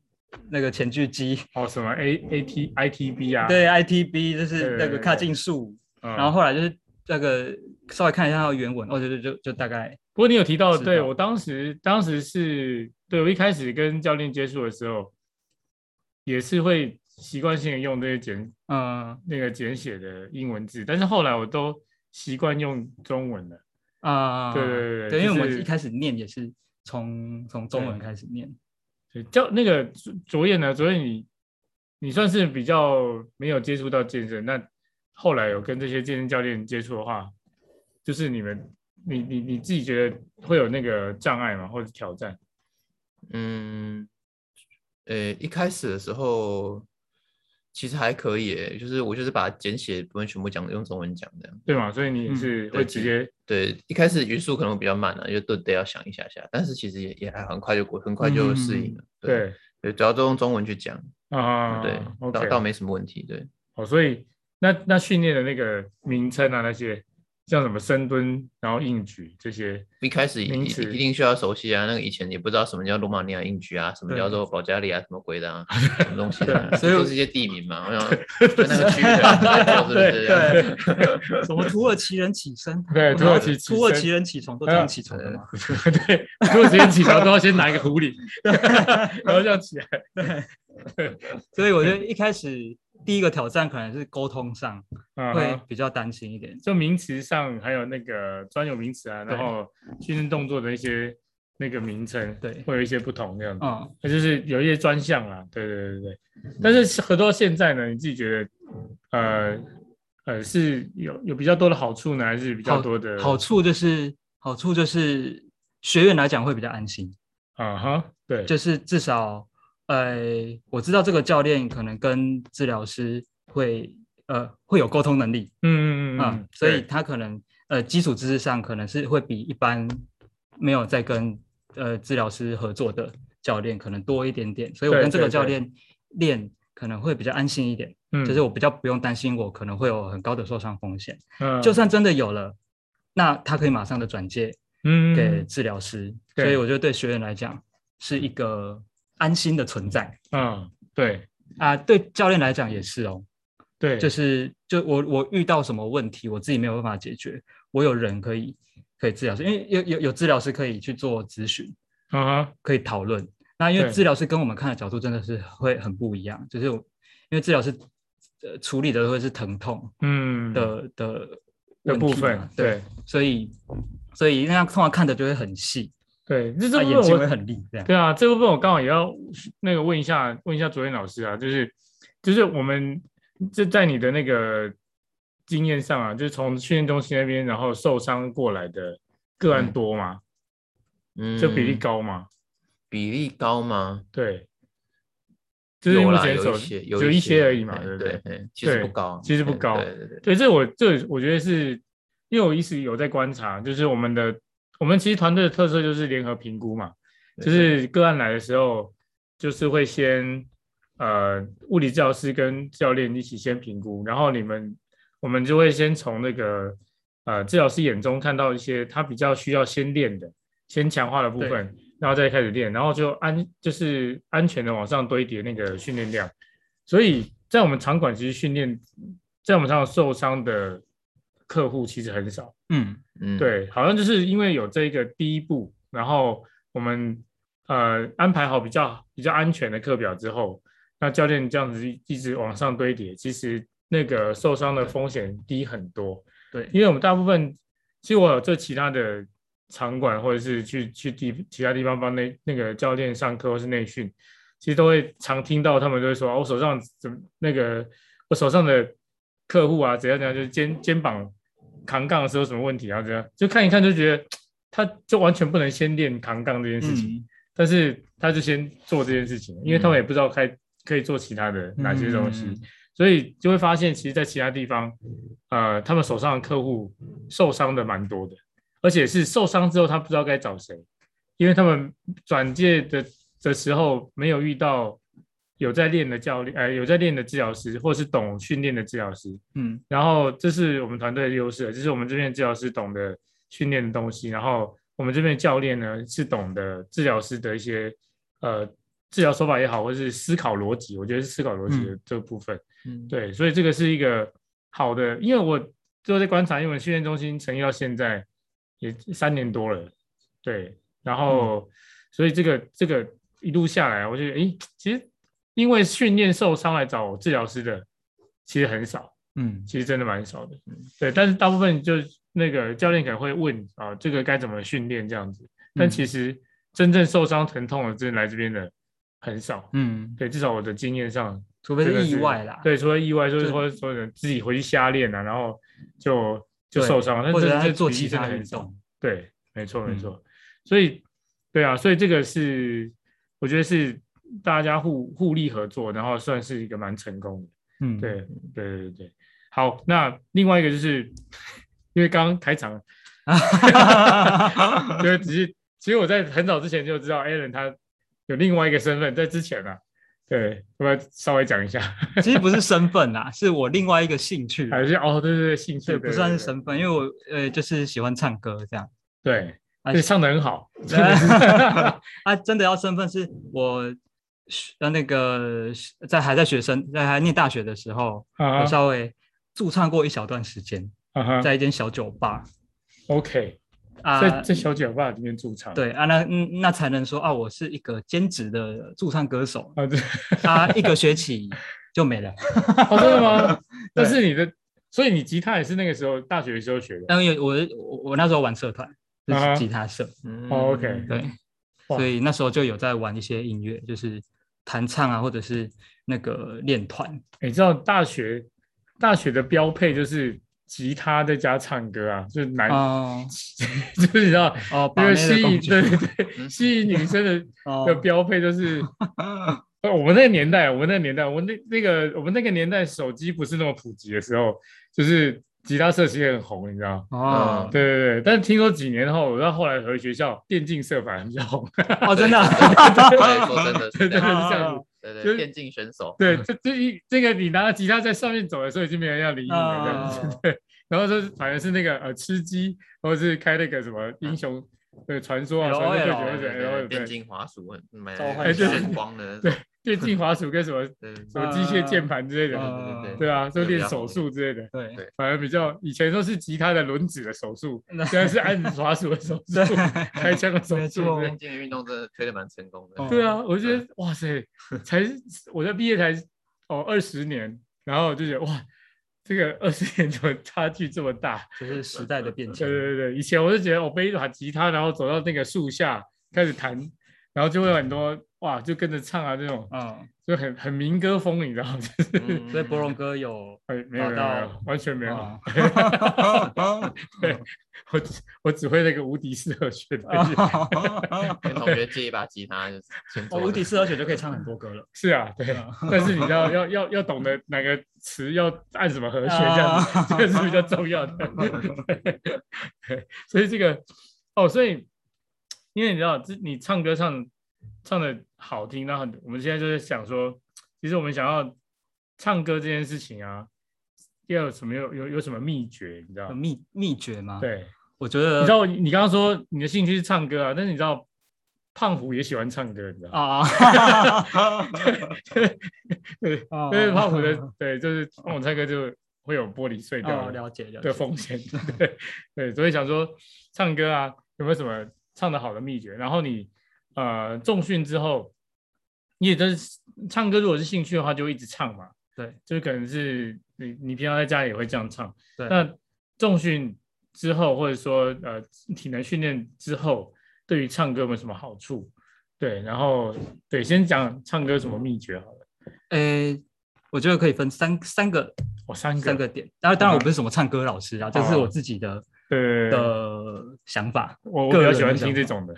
Speaker 3: 那个前锯肌，
Speaker 1: 哦什么 A A T I T B 啊，
Speaker 3: 对 I T B 就
Speaker 1: 对
Speaker 3: 是
Speaker 1: 对
Speaker 3: 那个
Speaker 1: 对
Speaker 3: 跨
Speaker 1: 对
Speaker 3: 境术，
Speaker 1: 嗯，
Speaker 3: 然后后来就是那个稍微看一下它的原文，哦，就就就就大概
Speaker 1: 不过你有提到，
Speaker 3: 知
Speaker 1: 对
Speaker 3: 道
Speaker 1: 我当时当时是对我一开始跟教练接触的时候，也是会习惯性的用这些简
Speaker 3: 嗯
Speaker 1: 那个简写的英文字，但是后来我都习惯用中文了。
Speaker 3: 啊，
Speaker 1: 对对对对
Speaker 3: 对，因为
Speaker 1: 就
Speaker 3: 我们
Speaker 1: 是
Speaker 3: 一开始念也是从从中文开始念，
Speaker 1: 所以教那个卓卓燕呢，卓燕你你算是比较没有接触到健身，那后来有跟这些健身教练接触的话，就是你们你你你自己觉得会有那个障碍吗，或者挑战？
Speaker 5: 嗯，呃，一开始的时候其实还可以耶，就是我就是把简写部分全部讲用中文讲这样。
Speaker 1: 对吗？所以你也
Speaker 3: 嗯
Speaker 1: 是
Speaker 5: 对
Speaker 1: 会直
Speaker 5: 其
Speaker 1: 接
Speaker 5: 对，一开始语速可能比较慢啊，因为都得要想一下下，但是其实也也还很快就过，很快就适应
Speaker 3: 嗯
Speaker 5: 了。对啊
Speaker 1: 对
Speaker 5: 对，主要都用中文去讲，
Speaker 1: 啊，
Speaker 5: 对，倒
Speaker 1: ，OK，
Speaker 5: 倒没什么问题。对，
Speaker 1: 哦，所以那那训练的那个名称啊，那些像什么深蹲，然后硬举这些，
Speaker 5: 一开始一
Speaker 1: 名
Speaker 5: 一
Speaker 1: 词
Speaker 5: 一定需要熟悉啊，那个以前也不知道什么叫罗马尼亚硬举啊，什么
Speaker 3: 对
Speaker 5: 叫做保加利亚什么鬼 的啊，什么东西的啊，
Speaker 3: 所以
Speaker 5: 都是一些地名嘛，我想跟那个区域 啊，是不是这样？
Speaker 3: 对，什么土耳其人起身，
Speaker 1: 对，土耳其起
Speaker 3: 土耳
Speaker 1: 身
Speaker 3: 其人起床都这样起床的嘛，
Speaker 1: 对，土耳其人起床都要先拿一个狐狸， 然后这样起来，
Speaker 3: 所以我觉得一开始第一个挑战可能是沟通上
Speaker 1: 啊
Speaker 3: 会
Speaker 1: 哈
Speaker 3: 比较担心一点，
Speaker 1: 就名词上还有那个专有名词啊，然后训练动作的一些那个名称，
Speaker 3: 对
Speaker 1: 会有一些不同这样子，
Speaker 3: 嗯。
Speaker 1: 那就是有一些专项啦，对对对对。但是合到现在呢，你自己觉得，呃呃，是有有比较多的好处呢，还是比较多的
Speaker 3: 好处就是好处就是学员来讲会比较安心，
Speaker 1: 啊哈，对，
Speaker 3: 就是至少呃我知道这个教练可能跟治疗师会呃会有沟通能力
Speaker 1: 嗯嗯嗯
Speaker 3: 啊、
Speaker 1: 嗯，
Speaker 3: 所
Speaker 1: 对
Speaker 3: 以他可能呃基础知识上可能是会比一般没有在跟呃治疗师合作的教练可能多一点点，所以我
Speaker 1: 对
Speaker 3: 跟这个
Speaker 1: 对
Speaker 3: 教
Speaker 1: 对
Speaker 3: 练练可能会比较安心一点，
Speaker 1: 嗯
Speaker 3: 就是我比较不用担心我可能会有很高的受伤风险，
Speaker 1: 嗯
Speaker 3: 就算真的有了。那他可以马上的转介
Speaker 1: 嗯
Speaker 3: 给治疗师，所以
Speaker 1: 对
Speaker 3: 我觉得对学员来讲是一个安心的存在
Speaker 1: 嗯对
Speaker 3: 啊，对教练来讲也是哦，
Speaker 1: 对，
Speaker 3: 就是就我我遇到什么问题，我自己没有办法解决，我有人可以可以治疗师，因为有有有治疗师可以去做咨询，
Speaker 1: 啊哈
Speaker 3: 可以讨论。那因为
Speaker 1: 对
Speaker 3: 治疗师跟我们看的角度真的是会很不一样，就是我因为治疗师呃处理的会是疼痛
Speaker 1: 嗯
Speaker 3: 的的
Speaker 1: 的
Speaker 3: 问题
Speaker 1: 部
Speaker 3: 嘛
Speaker 1: 分，
Speaker 3: 对，
Speaker 1: 对
Speaker 3: 所以所以那样通常看的就会很细，
Speaker 1: 对，这
Speaker 3: 啊
Speaker 1: 这部
Speaker 3: 眼睛会
Speaker 1: 分我
Speaker 3: 很利这样。
Speaker 1: 对啊，这部分我刚好也要那个问一下问一下卓燕老师啊，就是就是我们这在你的那个经验上啊，就是从训练中心那边然后受伤过来的个案
Speaker 5: 嗯
Speaker 1: 多吗？
Speaker 5: 嗯
Speaker 1: 这比例高吗？
Speaker 5: 比例高吗？
Speaker 1: 对，就是
Speaker 5: 有
Speaker 1: 目
Speaker 5: 啦
Speaker 1: 前
Speaker 5: 有
Speaker 1: 手
Speaker 5: 一些，
Speaker 1: 只有一些而已
Speaker 5: 嘿
Speaker 1: 嘛，对不
Speaker 5: 对
Speaker 1: 对？？
Speaker 5: 嘿其实
Speaker 1: 对
Speaker 5: 不高，
Speaker 1: 其实不
Speaker 5: 嘿
Speaker 1: 高
Speaker 5: 对对对。
Speaker 1: 对，这我这我觉得是，因为我一直有在观察，就是我们的我们其实团队的特色就是联合评估嘛，
Speaker 5: 对
Speaker 1: 就是个案来的时候，就是会先呃物理治疗师跟教练一起先评估，然后你们我们就会先从那个呃治疗师眼中看到一些他比较需要先练的、先强化的部分，然后再开始练，然后就安就是安全的往上堆叠那个训练量。所以在我们场馆其实训练，在我们场馆受伤的客户其实很少。
Speaker 3: 嗯，
Speaker 5: 嗯，
Speaker 1: 对，好像就是因为有这个第一步，然后我们呃安排好比较比较安全的课表之后，那教练这样子一一直往上堆叠，其实那个受伤的风险低很多。
Speaker 3: 对
Speaker 1: 因为我们大部分，其实我有对其他的场馆，或者是去去地其他地方帮那那个教练上课或是内训，其实都会常听到他们都会说，啊我手上怎么那个我手上的客户啊，怎样怎样，就是肩肩膀扛杠的时候有什么问题啊，这样就看一看就觉得他就完全不能先练扛杠这件事情，
Speaker 3: 嗯
Speaker 1: 但是他就先做这件事情，因为他们也不知道开、可以做其他的哪些东西，
Speaker 5: 嗯
Speaker 1: 所以就会发现，其实，在其他地方，呃，他们手上的客户受伤的蛮多的，而且是受伤之后，他不知道该找谁，因为他们转介的的时候没有遇到有在练的教练，呃，有在练的治疗师，或是懂训练的治疗师，
Speaker 3: 嗯
Speaker 1: 然后这是我们团队的优势，就是我们这边的治疗师懂得训练的东西，然后我们这边的教练呢是懂得治疗师的一些呃治疗手法也好，或是思考逻辑，我觉得是思考逻辑的这部分。
Speaker 5: 嗯，
Speaker 1: 对，所以这个是一个好的，因为我就在观察英文训练中心成立到现在也三年多了，对，然后、
Speaker 3: 嗯
Speaker 1: 所以这个这个一路下来，我觉得诶，其实因为训练受伤来找治疗师的其实很少。
Speaker 3: 嗯
Speaker 1: 其实真的蛮少的，嗯对。但是大部分就是那个教练可能会问啊，这个该怎么训练这样子。但
Speaker 3: 嗯
Speaker 1: 其实真正受伤疼痛的，真的来这边的很少。
Speaker 3: 嗯，
Speaker 1: 对，至少我的经验上，
Speaker 3: 除非
Speaker 1: 这个
Speaker 3: 是意外啦，
Speaker 1: 对，除了意外，就是
Speaker 3: 就
Speaker 1: 或者说自己回去瞎练啊，然后就就
Speaker 3: 对
Speaker 1: 受伤了，但
Speaker 3: 或者
Speaker 1: 这
Speaker 3: 他
Speaker 1: 这
Speaker 3: 做
Speaker 1: 比例
Speaker 3: 其
Speaker 1: 真的
Speaker 3: 他
Speaker 1: 很
Speaker 3: 运
Speaker 1: 少
Speaker 3: 动。
Speaker 1: 对，没错没
Speaker 3: 嗯
Speaker 1: 错。所以，对啊，所以这个是我觉得是大家互互利合作，然后算是一个蛮成功的。
Speaker 3: 嗯，
Speaker 1: 对对对对对，好，那另外一个就是，因为刚刚开场，就是只是其实我在很早之前就知道 Alan 他有另外一个身份，在之前啊，对，我要稍微讲一下，
Speaker 3: 其实不是身份啦，是我另外一个兴趣，
Speaker 1: 还是哦，对对对，兴趣
Speaker 3: 对，
Speaker 1: 对
Speaker 3: 不算是
Speaker 1: 么，
Speaker 3: 身份，因为我呃就是喜欢唱歌 这样。
Speaker 1: 对，
Speaker 3: 啊
Speaker 1: 对，唱的很 好， 真的是
Speaker 3: 啊，真的要身份是我学呃那个在还在学生在还念大学的时候，
Speaker 1: 啊
Speaker 3: 我
Speaker 1: 哈
Speaker 3: 稍微驻唱过一小段时间，
Speaker 1: 啊哈
Speaker 3: 在一间小酒吧
Speaker 1: ，OK，
Speaker 3: 啊，
Speaker 1: 在在小酒吧里面驻唱，，
Speaker 3: 对啊，那嗯那才能说啊，我是一个兼职的驻唱歌手
Speaker 1: 啊，对，
Speaker 3: 啊，一个学期就没了，
Speaker 1: 哦，真的 吗？但是你的，所以你吉他也是那个时候大学的时候学的，
Speaker 3: 因为我我我那时候玩社团，就
Speaker 1: 啊哈
Speaker 3: 是吉他社，
Speaker 5: 嗯
Speaker 1: 哦，OK
Speaker 3: 对，
Speaker 1: 哇
Speaker 3: 所以那时候就有在玩一些音乐，就是弹唱啊，或者是那个练团，
Speaker 1: 你知道大学大学的标配就是吉他再加唱歌啊，就是男，
Speaker 3: 哦
Speaker 1: 就是你知道，
Speaker 3: 哦，把
Speaker 1: 因为
Speaker 3: 妹的
Speaker 1: 吸
Speaker 3: 工
Speaker 1: 引
Speaker 3: 具
Speaker 1: 对对 对
Speaker 5: 嗯
Speaker 1: 吸引女生的的
Speaker 3: 哦，
Speaker 1: 标配就是，呃我们那个年代，我们那个年代，我们那那个我们那个年代手机不是那么普及的时候，就是吉他社其实很红，你知道。
Speaker 3: 哦，
Speaker 1: 对对对，但听说几年后，我到后来回学校，电竞社反而比较红，
Speaker 3: 哦，真的啊，
Speaker 5: 对，说真的是
Speaker 1: 对
Speaker 5: 这
Speaker 1: 对是
Speaker 5: 样，
Speaker 1: 这样子。
Speaker 5: 对
Speaker 1: 就是
Speaker 5: 对，电竞选手，
Speaker 1: 对，这这一这个你拿着吉他在上面走的时候，已经没人要理你了，这样子。
Speaker 3: 哦
Speaker 1: 然后就是反而是那个呃吃鸡，或者是开那个什么英雄对传说啊，
Speaker 3: LOL
Speaker 1: 传说对决或
Speaker 5: 哦对对
Speaker 1: 者
Speaker 5: 对对
Speaker 1: L
Speaker 5: 电
Speaker 1: 对
Speaker 5: 竞滑鼠，买
Speaker 3: 召
Speaker 5: 了
Speaker 3: 唤
Speaker 5: 一个
Speaker 1: 侠
Speaker 5: 炫光的那
Speaker 1: 对
Speaker 5: 种，
Speaker 1: 电竞滑鼠跟什么
Speaker 5: 对对
Speaker 1: 什么机械键盘之类的，
Speaker 3: 呃
Speaker 5: 对
Speaker 1: 对啊，就
Speaker 5: 这个比
Speaker 1: 练
Speaker 5: 较
Speaker 1: 手
Speaker 5: 好
Speaker 1: 速之类的，
Speaker 3: 对
Speaker 5: 对
Speaker 1: 反而比较以前都是吉他的轮指的手速，
Speaker 3: 那
Speaker 1: 现在是按滑鼠的手速
Speaker 3: 对，
Speaker 1: 开枪的手
Speaker 3: 没
Speaker 1: 速
Speaker 3: 错
Speaker 1: 之类
Speaker 5: 电
Speaker 1: 的。
Speaker 5: 竞的运动真的推的蛮成功的。
Speaker 3: 哦
Speaker 1: 对啊，我觉得哇塞，才我在毕业才哦二十年，然后就觉得哇，这个二十年怎么差距这么大？
Speaker 3: 就是时代的变迁
Speaker 1: 对，对对，以前我就觉得我背一把吉他，然后走到那个树下开始弹，然后就会有很多哇，就跟着唱啊，这种
Speaker 3: 嗯，
Speaker 1: 就很很民歌风，你知道吗？ 就是
Speaker 5: 嗯
Speaker 3: 所以博荣哥有
Speaker 1: 哎，没有没有没
Speaker 3: 找
Speaker 1: 有
Speaker 3: 到，
Speaker 1: 完全 没有，
Speaker 3: 啊
Speaker 1: 对我只我只会那个无敌四和弦
Speaker 3: 啊
Speaker 1: 而已。
Speaker 5: 跟同学借一把吉他，就先
Speaker 3: 哦，
Speaker 5: 做
Speaker 3: 无敌四和弦就可以唱很多歌 了，嗯
Speaker 1: 是啊，对，但是你知道要要要懂得哪个词要按什么和弦，这样子
Speaker 3: 啊，
Speaker 1: 这个是比较重要的。 对，所以这个哦，所以因为你知道，这你唱歌唱唱的好听，那很我们现在就是想说，其实我们想要唱歌这件事情啊，要有什么有有有什么秘诀，你知道
Speaker 3: 有
Speaker 1: 吗？
Speaker 3: 秘秘诀吗？，
Speaker 1: 对，
Speaker 3: 我觉
Speaker 1: 你知
Speaker 3: 得
Speaker 1: 道你刚刚说你的兴趣是唱歌啊，但是你知道胖虎也喜欢唱歌，你知道吗？
Speaker 3: 啊，
Speaker 1: 对，
Speaker 3: 哦
Speaker 1: 因为胖虎的对，就是胖虎唱歌就会有玻璃碎掉
Speaker 3: 哦，
Speaker 1: 的
Speaker 3: 了解了
Speaker 1: 的
Speaker 3: 解，
Speaker 1: 风险， 对对，所以想说唱歌啊，有没有什么唱的好的秘诀？然后你呃重训之后，你也真是唱歌，如果是兴趣的话，就一直唱嘛，
Speaker 3: 对
Speaker 1: 就是可能是你你平常在家里也会这样唱，
Speaker 3: 对，
Speaker 1: 那重训之后，或者说呃体能训练之后，对于唱歌有没有什么好处？对，然后对，先讲唱歌什么秘诀好了。
Speaker 3: 诶，我觉得可以分三三个
Speaker 1: 哦，三个，
Speaker 3: 三个点。然后当
Speaker 1: 嗯
Speaker 3: 然我不是什么唱歌老师啊，这是
Speaker 1: 哦
Speaker 3: 我自己的
Speaker 1: 对对对对，
Speaker 3: 的想 法。
Speaker 1: 我我比
Speaker 3: 个
Speaker 1: 较
Speaker 3: 人
Speaker 1: 喜欢
Speaker 3: 的
Speaker 1: 听这
Speaker 3: 想
Speaker 1: 种的，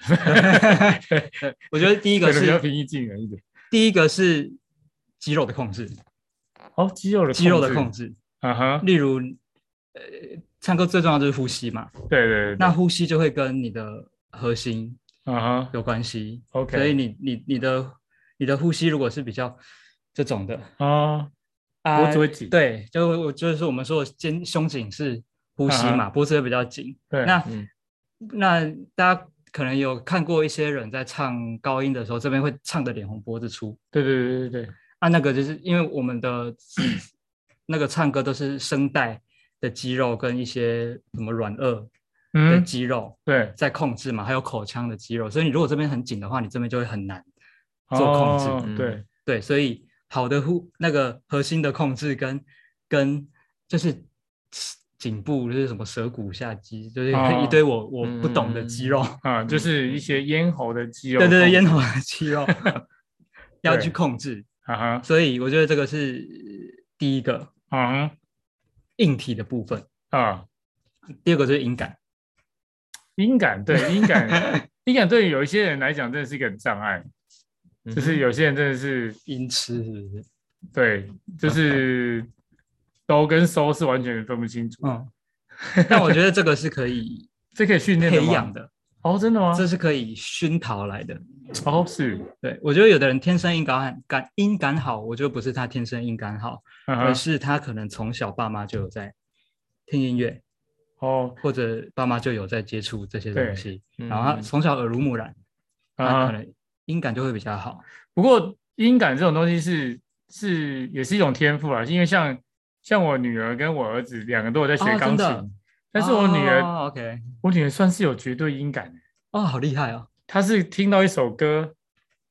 Speaker 3: 我觉得第一
Speaker 1: 一
Speaker 3: 个
Speaker 1: 比较
Speaker 3: 是
Speaker 1: 平易近人一点。
Speaker 3: 第一个是肌肉的控制，
Speaker 1: 哦，肌肉的
Speaker 3: 肌肉的控
Speaker 1: 控制，
Speaker 3: 制。
Speaker 1: 啊哈，
Speaker 3: 例如，呃，唱歌最重要就是呼吸嘛，
Speaker 1: 对对对，
Speaker 3: 那呼吸就会跟你的核心
Speaker 1: 啊哈
Speaker 3: 有关系。
Speaker 1: OK
Speaker 3: 所以你你你的你的呼吸如果是比较这种的
Speaker 1: 啊，
Speaker 3: 啊，
Speaker 1: 脖子会紧
Speaker 3: 对，就我就是我们说的肩胸颈是呼吸嘛，脖子会比较紧。
Speaker 1: 啊对，
Speaker 3: 那、
Speaker 5: 嗯
Speaker 3: 那大家可能有看过一些人在唱高音的时候，这边会唱的脸红脖子粗
Speaker 1: 对对对对对，
Speaker 3: 啊，那个就是因为我们的 那个唱歌都是声带的肌肉跟一些什么软腭的
Speaker 1: 嗯，
Speaker 3: 肌肉
Speaker 1: 对，
Speaker 3: 在控制嘛，还有口腔的肌肉，所以你如果这边很紧的话，你这边就会很难做控制。
Speaker 1: 哦
Speaker 5: 嗯
Speaker 1: 对，
Speaker 3: 对，所以好的呼那个核心的控制跟跟就是颈部就是什么舌骨下肌，就是
Speaker 1: 哦
Speaker 3: 一堆我我不懂的肌肉，
Speaker 1: 啊，就是一些咽喉的肌肉，
Speaker 3: 嗯
Speaker 1: 啊
Speaker 3: 对对对，咽，喉的肌 肉要去
Speaker 1: 对
Speaker 3: 控制。
Speaker 1: 啊哈，
Speaker 3: 所以我觉得这个是第一个
Speaker 1: 啊哈
Speaker 3: 硬体的部分，
Speaker 1: 啊，
Speaker 3: 第二个就是音感。
Speaker 1: 音感，对音 感，音感对于有一些人来讲真的是一个障碍，
Speaker 5: 嗯
Speaker 1: 就是有些人真的是
Speaker 3: 音痴是不是？
Speaker 1: 对，就是哆跟嗦是完全分不清楚，
Speaker 3: 嗯，但我觉得这个是可 以
Speaker 1: 这可以训练的
Speaker 3: 培
Speaker 1: 吗
Speaker 3: 养的，
Speaker 1: 哦，真的吗？
Speaker 3: 这是可以熏陶来的。
Speaker 1: 哦是，
Speaker 3: 对，我觉得有的人天生音感感音感好，我觉得不是他天生音感好，
Speaker 1: 啊
Speaker 3: 而
Speaker 1: 哈，
Speaker 3: 是他可能从小爸妈就有在听音乐，
Speaker 1: 哦
Speaker 3: 或者爸妈就有在接触这些
Speaker 1: 对
Speaker 3: 东西，
Speaker 5: 嗯
Speaker 3: 然后他从小耳濡目染，他
Speaker 1: 啊哈，
Speaker 3: 可能音感就会比较好。
Speaker 1: 不过音感这种东西是是也是一种天赋啦，因为像像我女儿跟我儿子两个都有在学
Speaker 3: 哦
Speaker 1: 钢琴，
Speaker 3: 真的
Speaker 1: 但是我女儿、
Speaker 3: 哦，OK，
Speaker 1: 我女儿算是有绝对音感的，
Speaker 3: 哦，好厉害哦，
Speaker 1: 她是听到一首歌，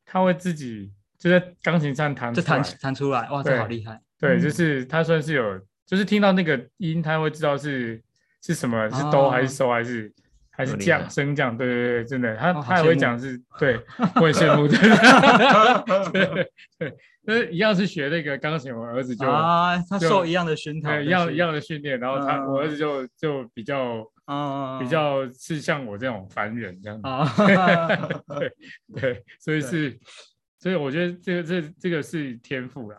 Speaker 1: 她会自己就在钢琴上弹出
Speaker 3: 这
Speaker 1: 来，
Speaker 3: 弹弹出来，哇，这
Speaker 1: 对
Speaker 3: 好厉害，
Speaker 1: 对，就
Speaker 3: 嗯
Speaker 1: 是她算是有，就是听到那个音，她会知道是是什么，是
Speaker 3: 哦啊
Speaker 1: 哆还是嗦还是。还是
Speaker 5: 有厉害
Speaker 1: 降升降，对对对，真的，她
Speaker 3: 哦好
Speaker 1: 她也
Speaker 3: 羡
Speaker 1: 会
Speaker 3: 慕
Speaker 1: 讲是，对，我也羡 慕，对对对对，就是一样是学那个钢琴，我儿 子就
Speaker 3: 啊，他
Speaker 1: 就
Speaker 3: 受一样的熏陶，
Speaker 1: 对，一样一样的训练，然后他、我儿
Speaker 3: 嗯
Speaker 1: 子就就比较
Speaker 3: 啊，
Speaker 1: 比较是像我这种凡人这样子，
Speaker 3: 啊，
Speaker 1: 对，所以
Speaker 3: 对
Speaker 1: 是，所以我觉得这个这这个是天赋啦，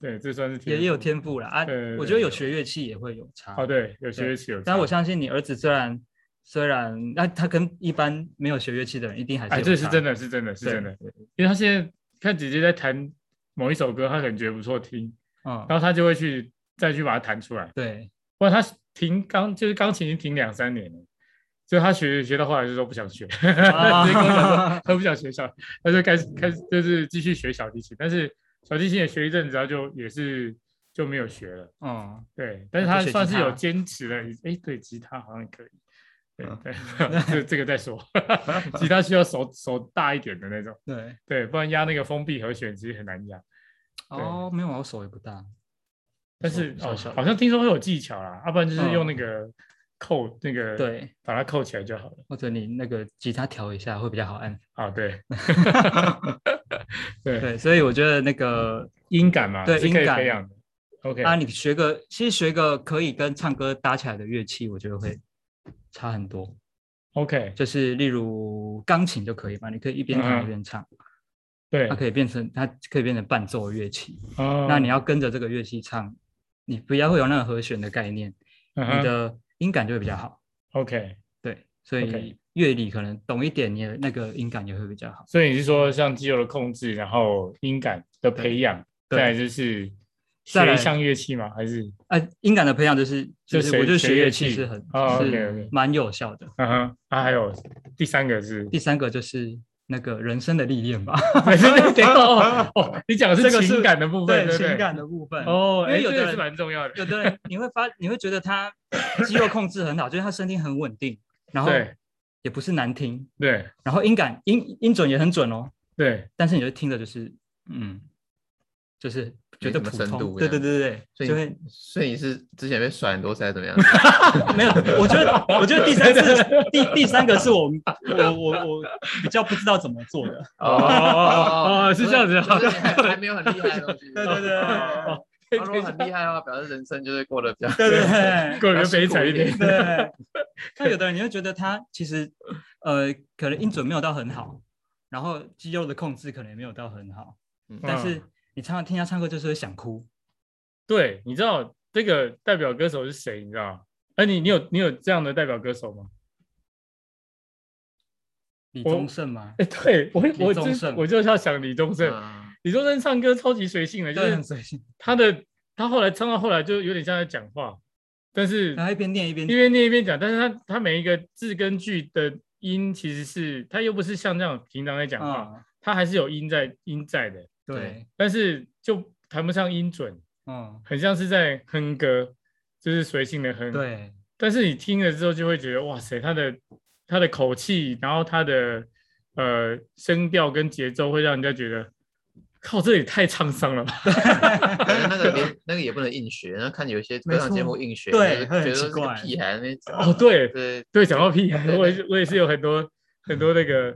Speaker 1: 对，这算是天
Speaker 3: 也
Speaker 1: 赋
Speaker 3: 也有天赋啦啊
Speaker 1: 对对，
Speaker 3: 我
Speaker 1: 对
Speaker 3: 觉得有
Speaker 1: 对
Speaker 3: 学乐器也会有差
Speaker 1: 哦，对，有学习有差，
Speaker 3: 但我相信你儿子虽然虽然，那他跟一般没有学乐器的人一定还是
Speaker 1: 哎，这是真
Speaker 3: 的，
Speaker 1: 的是真的是
Speaker 3: 对
Speaker 1: 真的，因为他现在看姐姐在弹某一首歌，他感觉得不错听，
Speaker 3: 嗯，
Speaker 1: 然后他就会去再去把它弹出来，
Speaker 3: 对，
Speaker 1: 不然他停钢就是钢琴已经停两三年了，就他学学到后来就说不想学，
Speaker 3: 啊
Speaker 1: 直接跟我讲说他不想学小，他就开始开始就是继续学小提琴，但是小提琴也学一阵子，然后就也是就没有学了。
Speaker 3: 嗯，
Speaker 1: 对，但是
Speaker 3: 那
Speaker 1: 他
Speaker 3: 就学吉
Speaker 1: 算是有
Speaker 3: 他
Speaker 1: 坚持了一，哎，对，吉他好像也可以。对
Speaker 5: 嗯
Speaker 1: 对，这这个再说， 吉他需要手手大一点的那种，
Speaker 3: 对，
Speaker 1: 对，不然压那个封闭和弦其实很难压。
Speaker 3: 哦，没有，我手也不大，
Speaker 1: 但是
Speaker 3: 小
Speaker 1: 哦
Speaker 3: 小，的
Speaker 1: 好像听说会有技巧啦，要啊不然就是用那个扣、那个
Speaker 3: 对，
Speaker 1: 把它扣起来就好了。
Speaker 3: 或者你那个吉他调一下会比较好按，
Speaker 1: 啊，对，对，
Speaker 3: 对，所以我觉得那个
Speaker 1: 音感嘛，
Speaker 3: 对
Speaker 1: 是可以
Speaker 3: 音感
Speaker 1: 培养的。OK，
Speaker 3: 啊，你学个其实学个可以跟唱歌搭起来的乐器，我觉得会差很多，
Speaker 1: OK，
Speaker 3: 就是例如钢琴就可以嘛，你可以一边
Speaker 1: 嗯
Speaker 3: 弹
Speaker 1: 嗯
Speaker 3: 一边唱，
Speaker 1: 对嗯哦
Speaker 3: 它，可以变成它可以变成伴奏乐器，
Speaker 1: 那
Speaker 3: 那你要跟着这个乐器唱，你不要会有那个和弦的概念。你的音感就会比较好。
Speaker 1: 嗯 OK，
Speaker 3: 对，所
Speaker 1: OK
Speaker 3: 以乐理可能懂一点，你的那个音感也会比较好。
Speaker 1: 所以你是说像肌肉的控制，然后音感的培养，
Speaker 3: 对
Speaker 1: 再来就是
Speaker 3: 再
Speaker 1: 学
Speaker 3: 来
Speaker 1: 一项乐器吗？还是
Speaker 3: 呃，音感的培养就是
Speaker 1: 就
Speaker 3: 就是，
Speaker 1: 学
Speaker 3: 我觉得
Speaker 1: 学
Speaker 3: 学
Speaker 1: 乐
Speaker 3: 乐器
Speaker 1: 器
Speaker 3: 是很
Speaker 1: 哦
Speaker 3: 是
Speaker 1: OK，OK
Speaker 3: 蛮有效的。
Speaker 1: 嗯哼，啊，还有第三个 是，
Speaker 3: 第三个就是那个人生的历练吧，
Speaker 1: 对对对， 哦哦，你讲的
Speaker 3: 这个
Speaker 1: 是情感的部分，对不对
Speaker 3: 情感的部分。
Speaker 1: 哦，
Speaker 3: 因
Speaker 1: 哎，
Speaker 3: 为有
Speaker 1: 这
Speaker 3: 的
Speaker 1: 个
Speaker 3: 人
Speaker 1: 是蛮重要的，
Speaker 3: 有的人你会发，你会觉得他肌肉控制很好，就是他声音很稳定，然后
Speaker 1: 对
Speaker 3: 也不是难听，
Speaker 1: 对
Speaker 3: 然后音感音音准也很准哦，
Speaker 1: 对，
Speaker 3: 但是你就听着就是嗯，就是觉得
Speaker 5: 什么
Speaker 3: 普
Speaker 5: 深
Speaker 3: 通，
Speaker 5: 度
Speaker 3: 对
Speaker 5: 这
Speaker 3: 对
Speaker 5: 样
Speaker 3: 对对对，
Speaker 5: 所以
Speaker 3: 就会
Speaker 5: 你所以你是之前被甩很多次还是怎么样？
Speaker 3: 没有，我觉得，我觉得第三次，第第三个是我我我我比较不知道怎么做的。
Speaker 1: 哦哦哦，是这样子
Speaker 5: 就
Speaker 1: 啊
Speaker 5: 是。还还没有很厉害的东西。
Speaker 3: 对对对
Speaker 5: 哦他如果很厉害的话，表示人生就是过得比较
Speaker 3: 对对
Speaker 1: 过得
Speaker 5: 比较
Speaker 1: 比较悲
Speaker 5: 辛苦
Speaker 1: 惨一
Speaker 5: 一
Speaker 1: 点
Speaker 5: 点。
Speaker 3: 对。那有的人你会觉得他其实呃，可能音准没有到很好，然后肌肉的控制可能也没有到很好，
Speaker 5: 嗯
Speaker 3: 但是你常常听他唱歌就是会想哭。
Speaker 1: 对，你知道这个代表歌手是谁？你知道吗？哎、你你有你有这样的代表歌手吗？
Speaker 3: 李
Speaker 1: 我
Speaker 3: 宗盛吗？
Speaker 1: 哎、对我我
Speaker 3: 李宗
Speaker 1: 就
Speaker 3: 盛
Speaker 1: 我就是要想李宗盛。
Speaker 5: 嗯
Speaker 1: 李宗盛唱歌超级随性的，就
Speaker 3: 对，很
Speaker 1: 是
Speaker 3: 随性，
Speaker 1: 他的他后来唱到后来就有点像在讲话，但是
Speaker 3: 然后一边念一边
Speaker 1: 一边念一边讲，但是他他每一个字跟句的音其实是他又不是像这样平常在讲话，
Speaker 3: 啊，
Speaker 1: 他还是有音在音在的，
Speaker 3: 对，
Speaker 1: 但是就谈不上音准，
Speaker 3: 嗯，
Speaker 1: 很像是在哼歌，就是随性的哼。
Speaker 3: 对，
Speaker 1: 但是你听了之后就会觉得，哇塞，他的他的口气，然后他的呃声调跟节奏，会让人家觉得，靠，这也太沧桑了吧？
Speaker 5: 感觉那个连那个也不能硬学，然后看有些歌唱节目硬学，
Speaker 3: 对
Speaker 5: 就是觉
Speaker 3: 会很
Speaker 5: 得
Speaker 3: 奇
Speaker 5: 是个
Speaker 3: 怪
Speaker 5: 屁孩那边
Speaker 1: 哦，对
Speaker 5: 对
Speaker 1: 对，讲到屁孩，
Speaker 5: 对
Speaker 1: 我也是我也是有很多很多那个，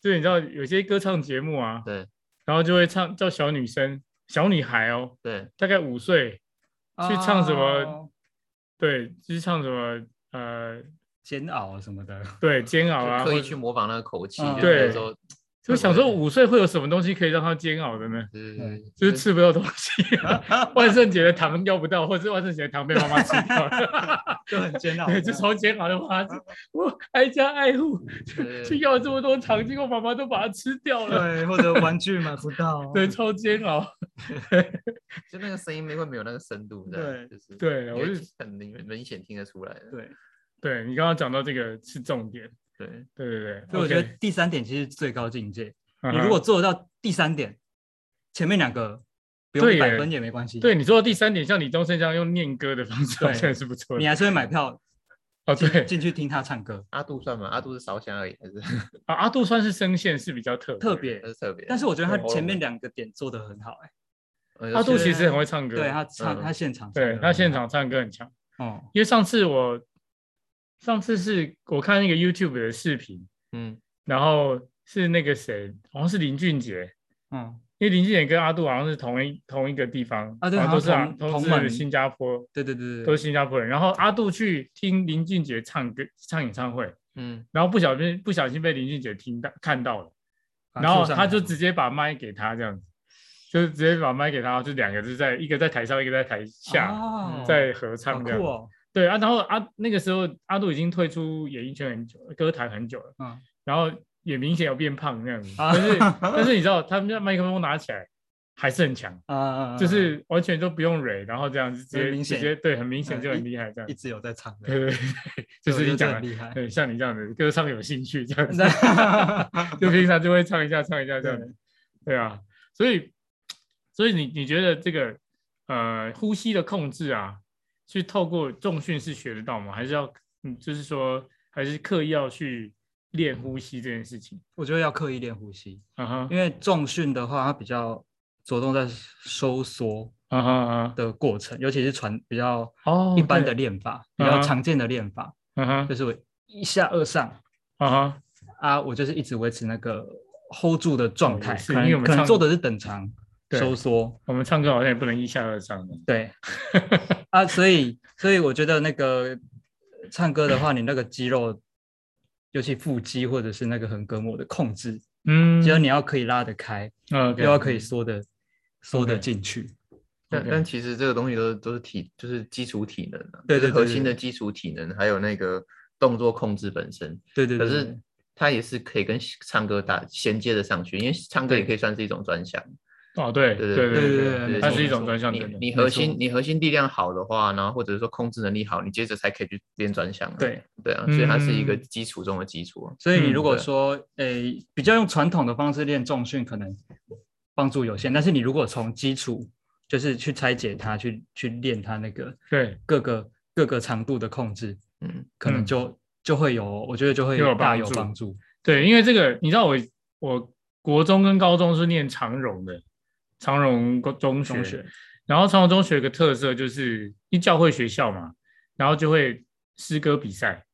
Speaker 1: 就是你知道有些歌唱节目啊，
Speaker 5: 对
Speaker 1: 然后就会唱叫小女生、小女孩哦，
Speaker 5: 对，
Speaker 1: 大概五岁，去唱什么
Speaker 3: 哦
Speaker 1: 对，就是唱什么呃，
Speaker 3: 煎熬什么 的，
Speaker 1: 对，煎熬啊，
Speaker 5: 就刻
Speaker 1: 或
Speaker 5: 意
Speaker 1: 者
Speaker 5: 去模仿那个口气
Speaker 3: 嗯，
Speaker 5: 就
Speaker 1: 对
Speaker 5: 是说
Speaker 1: 就想说五岁会有什么东西可以让他煎熬的呢？
Speaker 5: 嗯就是
Speaker 1: 就是吃不到东西、万圣节的糖要不到，或者是万圣节的糖被妈妈吃掉了，
Speaker 3: 就很煎熬。
Speaker 1: 对，就超煎熬的妈，我挨家挨户
Speaker 5: 对
Speaker 1: 去要这么多糖，结果妈妈都把它吃掉了，
Speaker 3: 对，或者玩具买不 到，
Speaker 1: 对，超煎熬。
Speaker 5: 就那个声音没会没有那个深度的，就是
Speaker 1: 对，我是
Speaker 5: 很明明显听得出来的，
Speaker 3: 对。
Speaker 1: 对你刚刚讲到这个是重点，
Speaker 5: 对
Speaker 1: 对对对，嗯
Speaker 3: 所以我觉得第三点其实是最高境界。
Speaker 1: OK，
Speaker 3: 你如果做到第三点，前面两个不用
Speaker 1: 对
Speaker 3: 一百
Speaker 1: 耶
Speaker 3: 分也没关系，
Speaker 1: 对你说到第三点，像李宗盛这样用念歌的方式，
Speaker 3: 对
Speaker 1: 好像也是不错
Speaker 3: 你
Speaker 1: 的。
Speaker 3: 还是会买票
Speaker 1: 哦，
Speaker 3: 进
Speaker 1: 对
Speaker 3: 进去听他唱歌，
Speaker 5: 阿杜算吗？阿杜是烧香而已，还是
Speaker 1: 啊，阿杜算是声线是比较特别的
Speaker 3: 特
Speaker 5: 还
Speaker 3: 别。
Speaker 5: 是特别？
Speaker 3: 但是我觉得他
Speaker 5: 对
Speaker 3: 前面两个点做得很好，哎，
Speaker 5: 嗯
Speaker 1: 阿杜
Speaker 5: 就是
Speaker 1: 其实很会唱歌，
Speaker 3: 对他唱
Speaker 5: 嗯
Speaker 3: 他现场唱得
Speaker 1: 对
Speaker 3: 很好，
Speaker 1: 他现场唱歌很强。
Speaker 3: 哦，
Speaker 1: 因为上次我上次是我看那个 YouTube 的视频，
Speaker 5: 嗯
Speaker 1: 然后是那个谁，好像是林俊杰，
Speaker 3: 嗯，
Speaker 1: 因为林俊杰跟阿杜好像是同一同一个地方
Speaker 3: 啊对
Speaker 1: 好像都是啊
Speaker 3: 好像同
Speaker 1: 都
Speaker 3: 同
Speaker 1: 是
Speaker 3: 门
Speaker 1: 新加坡，
Speaker 3: 对对对
Speaker 1: 都
Speaker 3: 对
Speaker 1: 是新加坡人。然后阿杜去听林俊杰唱歌唱演唱会，
Speaker 5: 嗯，
Speaker 1: 然后不小心不小心被林俊杰听到看到了，
Speaker 3: 啊
Speaker 1: 然后
Speaker 3: 树上
Speaker 1: 他
Speaker 3: 的
Speaker 1: 就
Speaker 3: 人
Speaker 1: 直接把麦给他这样子，就是直接把麦给他，就两个就在一个在台上，一个在台下。
Speaker 3: 哦
Speaker 1: 在合
Speaker 3: 好
Speaker 1: 唱这样
Speaker 3: 酷
Speaker 1: 子，
Speaker 3: 哦，
Speaker 1: 对啊，然后阿那个时候阿杜已经退出演艺圈很久，歌坛很久了，
Speaker 3: 嗯，
Speaker 1: 然后也明显有变胖那样子，
Speaker 3: 啊
Speaker 1: 但 是但是你知道，他们那麦克风拿起来还是很强，
Speaker 3: 啊，
Speaker 1: 就是完全都不用蕊，然后这样子直
Speaker 3: 很
Speaker 1: 接
Speaker 3: 明
Speaker 1: 直
Speaker 3: 显
Speaker 1: 接对，很明显
Speaker 3: 嗯
Speaker 1: 就很
Speaker 3: 一
Speaker 1: 厉害这样
Speaker 3: 一。直有在唱的，
Speaker 1: 对对对， 对就是你
Speaker 3: 这
Speaker 1: 讲
Speaker 3: 很
Speaker 1: 的，
Speaker 3: 厉害，
Speaker 1: 对，像你这样子歌唱有兴趣这样子，
Speaker 3: 对
Speaker 1: 就平常就会唱一下唱一下这样子
Speaker 3: 对，
Speaker 1: 对啊，所以所以你你觉得这个呃呼吸的控制啊，去透过重训是学得到吗？还是要嗯，就是说还是刻意要去练呼吸这件事情？
Speaker 3: 我觉得要刻意练呼吸，
Speaker 1: 啊哈，
Speaker 3: 因为重训的话，它比较着重在收缩
Speaker 1: 啊哈啊哈，
Speaker 3: 的过程，尤其是传比较
Speaker 1: 哦
Speaker 3: 一般的
Speaker 1: 对
Speaker 3: 练法，比
Speaker 1: 嗯
Speaker 3: 较
Speaker 1: 哼
Speaker 3: 常见的练法，
Speaker 1: 啊哈
Speaker 3: 就是我一下二上
Speaker 1: 啊哈，
Speaker 3: 啊，我就是一直维持那个 hold 住的
Speaker 1: 哦
Speaker 3: 状态，
Speaker 1: 是
Speaker 3: 可
Speaker 1: 因为我
Speaker 3: 能
Speaker 1: 们
Speaker 3: 可能
Speaker 1: 唱
Speaker 3: 做的是等长
Speaker 1: 对
Speaker 3: 收缩，
Speaker 1: 我们唱歌好像也不能一下二上的，
Speaker 3: 对啊，所以所以我觉得那个唱歌的话，你那个肌肉，尤其腹肌或者是那个横膈膜的控制，
Speaker 1: 嗯
Speaker 3: 只要你要可以拉得开，
Speaker 1: ，OK，嗯
Speaker 3: 又要可以缩的缩得
Speaker 1: OK
Speaker 3: 进去，
Speaker 5: 但
Speaker 1: OK
Speaker 5: 但其实这个东西都都是体，就是基础体能啊，
Speaker 3: 对
Speaker 5: 就
Speaker 3: 对对
Speaker 5: 是核
Speaker 3: 对
Speaker 5: 心
Speaker 3: 对
Speaker 5: 的基础体能，还有那个动作控制本身。
Speaker 3: 对对
Speaker 5: 可
Speaker 3: 对，对
Speaker 5: 是它也是可以跟唱歌打衔接的上去，因为唱歌也可以算是一种专项。
Speaker 1: 哦，对对对
Speaker 5: 对
Speaker 3: 对
Speaker 1: 对
Speaker 3: 对对
Speaker 1: 它
Speaker 5: 没错
Speaker 1: 是一种
Speaker 5: 没错
Speaker 1: 专项
Speaker 5: 你
Speaker 1: 真的
Speaker 5: 你
Speaker 3: 没
Speaker 5: 核
Speaker 3: 错
Speaker 5: 心你核心力量好的话，然后或者说控制能力好，你接着才可以去练专项啊。
Speaker 3: 对
Speaker 5: 对啊，所以它是一个
Speaker 1: 嗯
Speaker 5: 基础中的基础啊。
Speaker 3: 所以你
Speaker 1: 嗯
Speaker 3: 如果
Speaker 5: 对
Speaker 3: 说，诶、比较用传统的方式练重训，可能帮助有限。但是你如果从基础，就是去拆解它，去去练它那个
Speaker 1: 对，
Speaker 3: 各个各个长度的控制，
Speaker 5: 嗯，
Speaker 3: 可能
Speaker 1: 嗯
Speaker 3: 就、就会有，我觉得就会
Speaker 1: 就有
Speaker 3: 大
Speaker 1: 帮
Speaker 3: 有
Speaker 1: 助
Speaker 3: 帮助。
Speaker 1: 对，因为这个你知道我我国中跟高中是念长荣的，长荣中中学，
Speaker 3: 中学
Speaker 1: 然后长荣中学有个特色就是一教会学校嘛，然后就会诗歌比赛，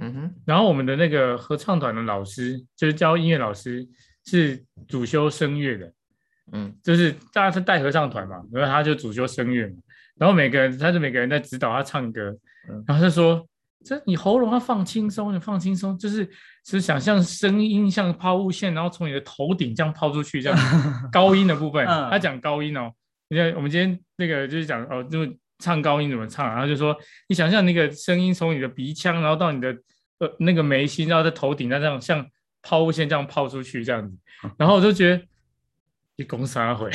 Speaker 5: 嗯哼，
Speaker 1: 然后我们的那个合唱团的老师就是教音乐老师是主修声乐的，
Speaker 5: 嗯
Speaker 1: 就是大家是带合唱团嘛，然后他就主修声乐嘛，然后每个人他就每个人在指导他唱歌
Speaker 5: 嗯，
Speaker 1: 然后他说：“这你喉咙要放轻松，你放轻松，就是是想象声音像抛物线，然后从你的头顶这样抛出去，这样高音的部分。”
Speaker 3: 嗯
Speaker 1: 他讲高音哦，你看我们今天那个就是讲哦，就是唱高音怎么唱，然后就说你想象那个声音从你的鼻腔，然后到你的呃那个眉心，然后在头顶，那这样像抛物线这样抛出去这样子，然后我就觉得。一公三回，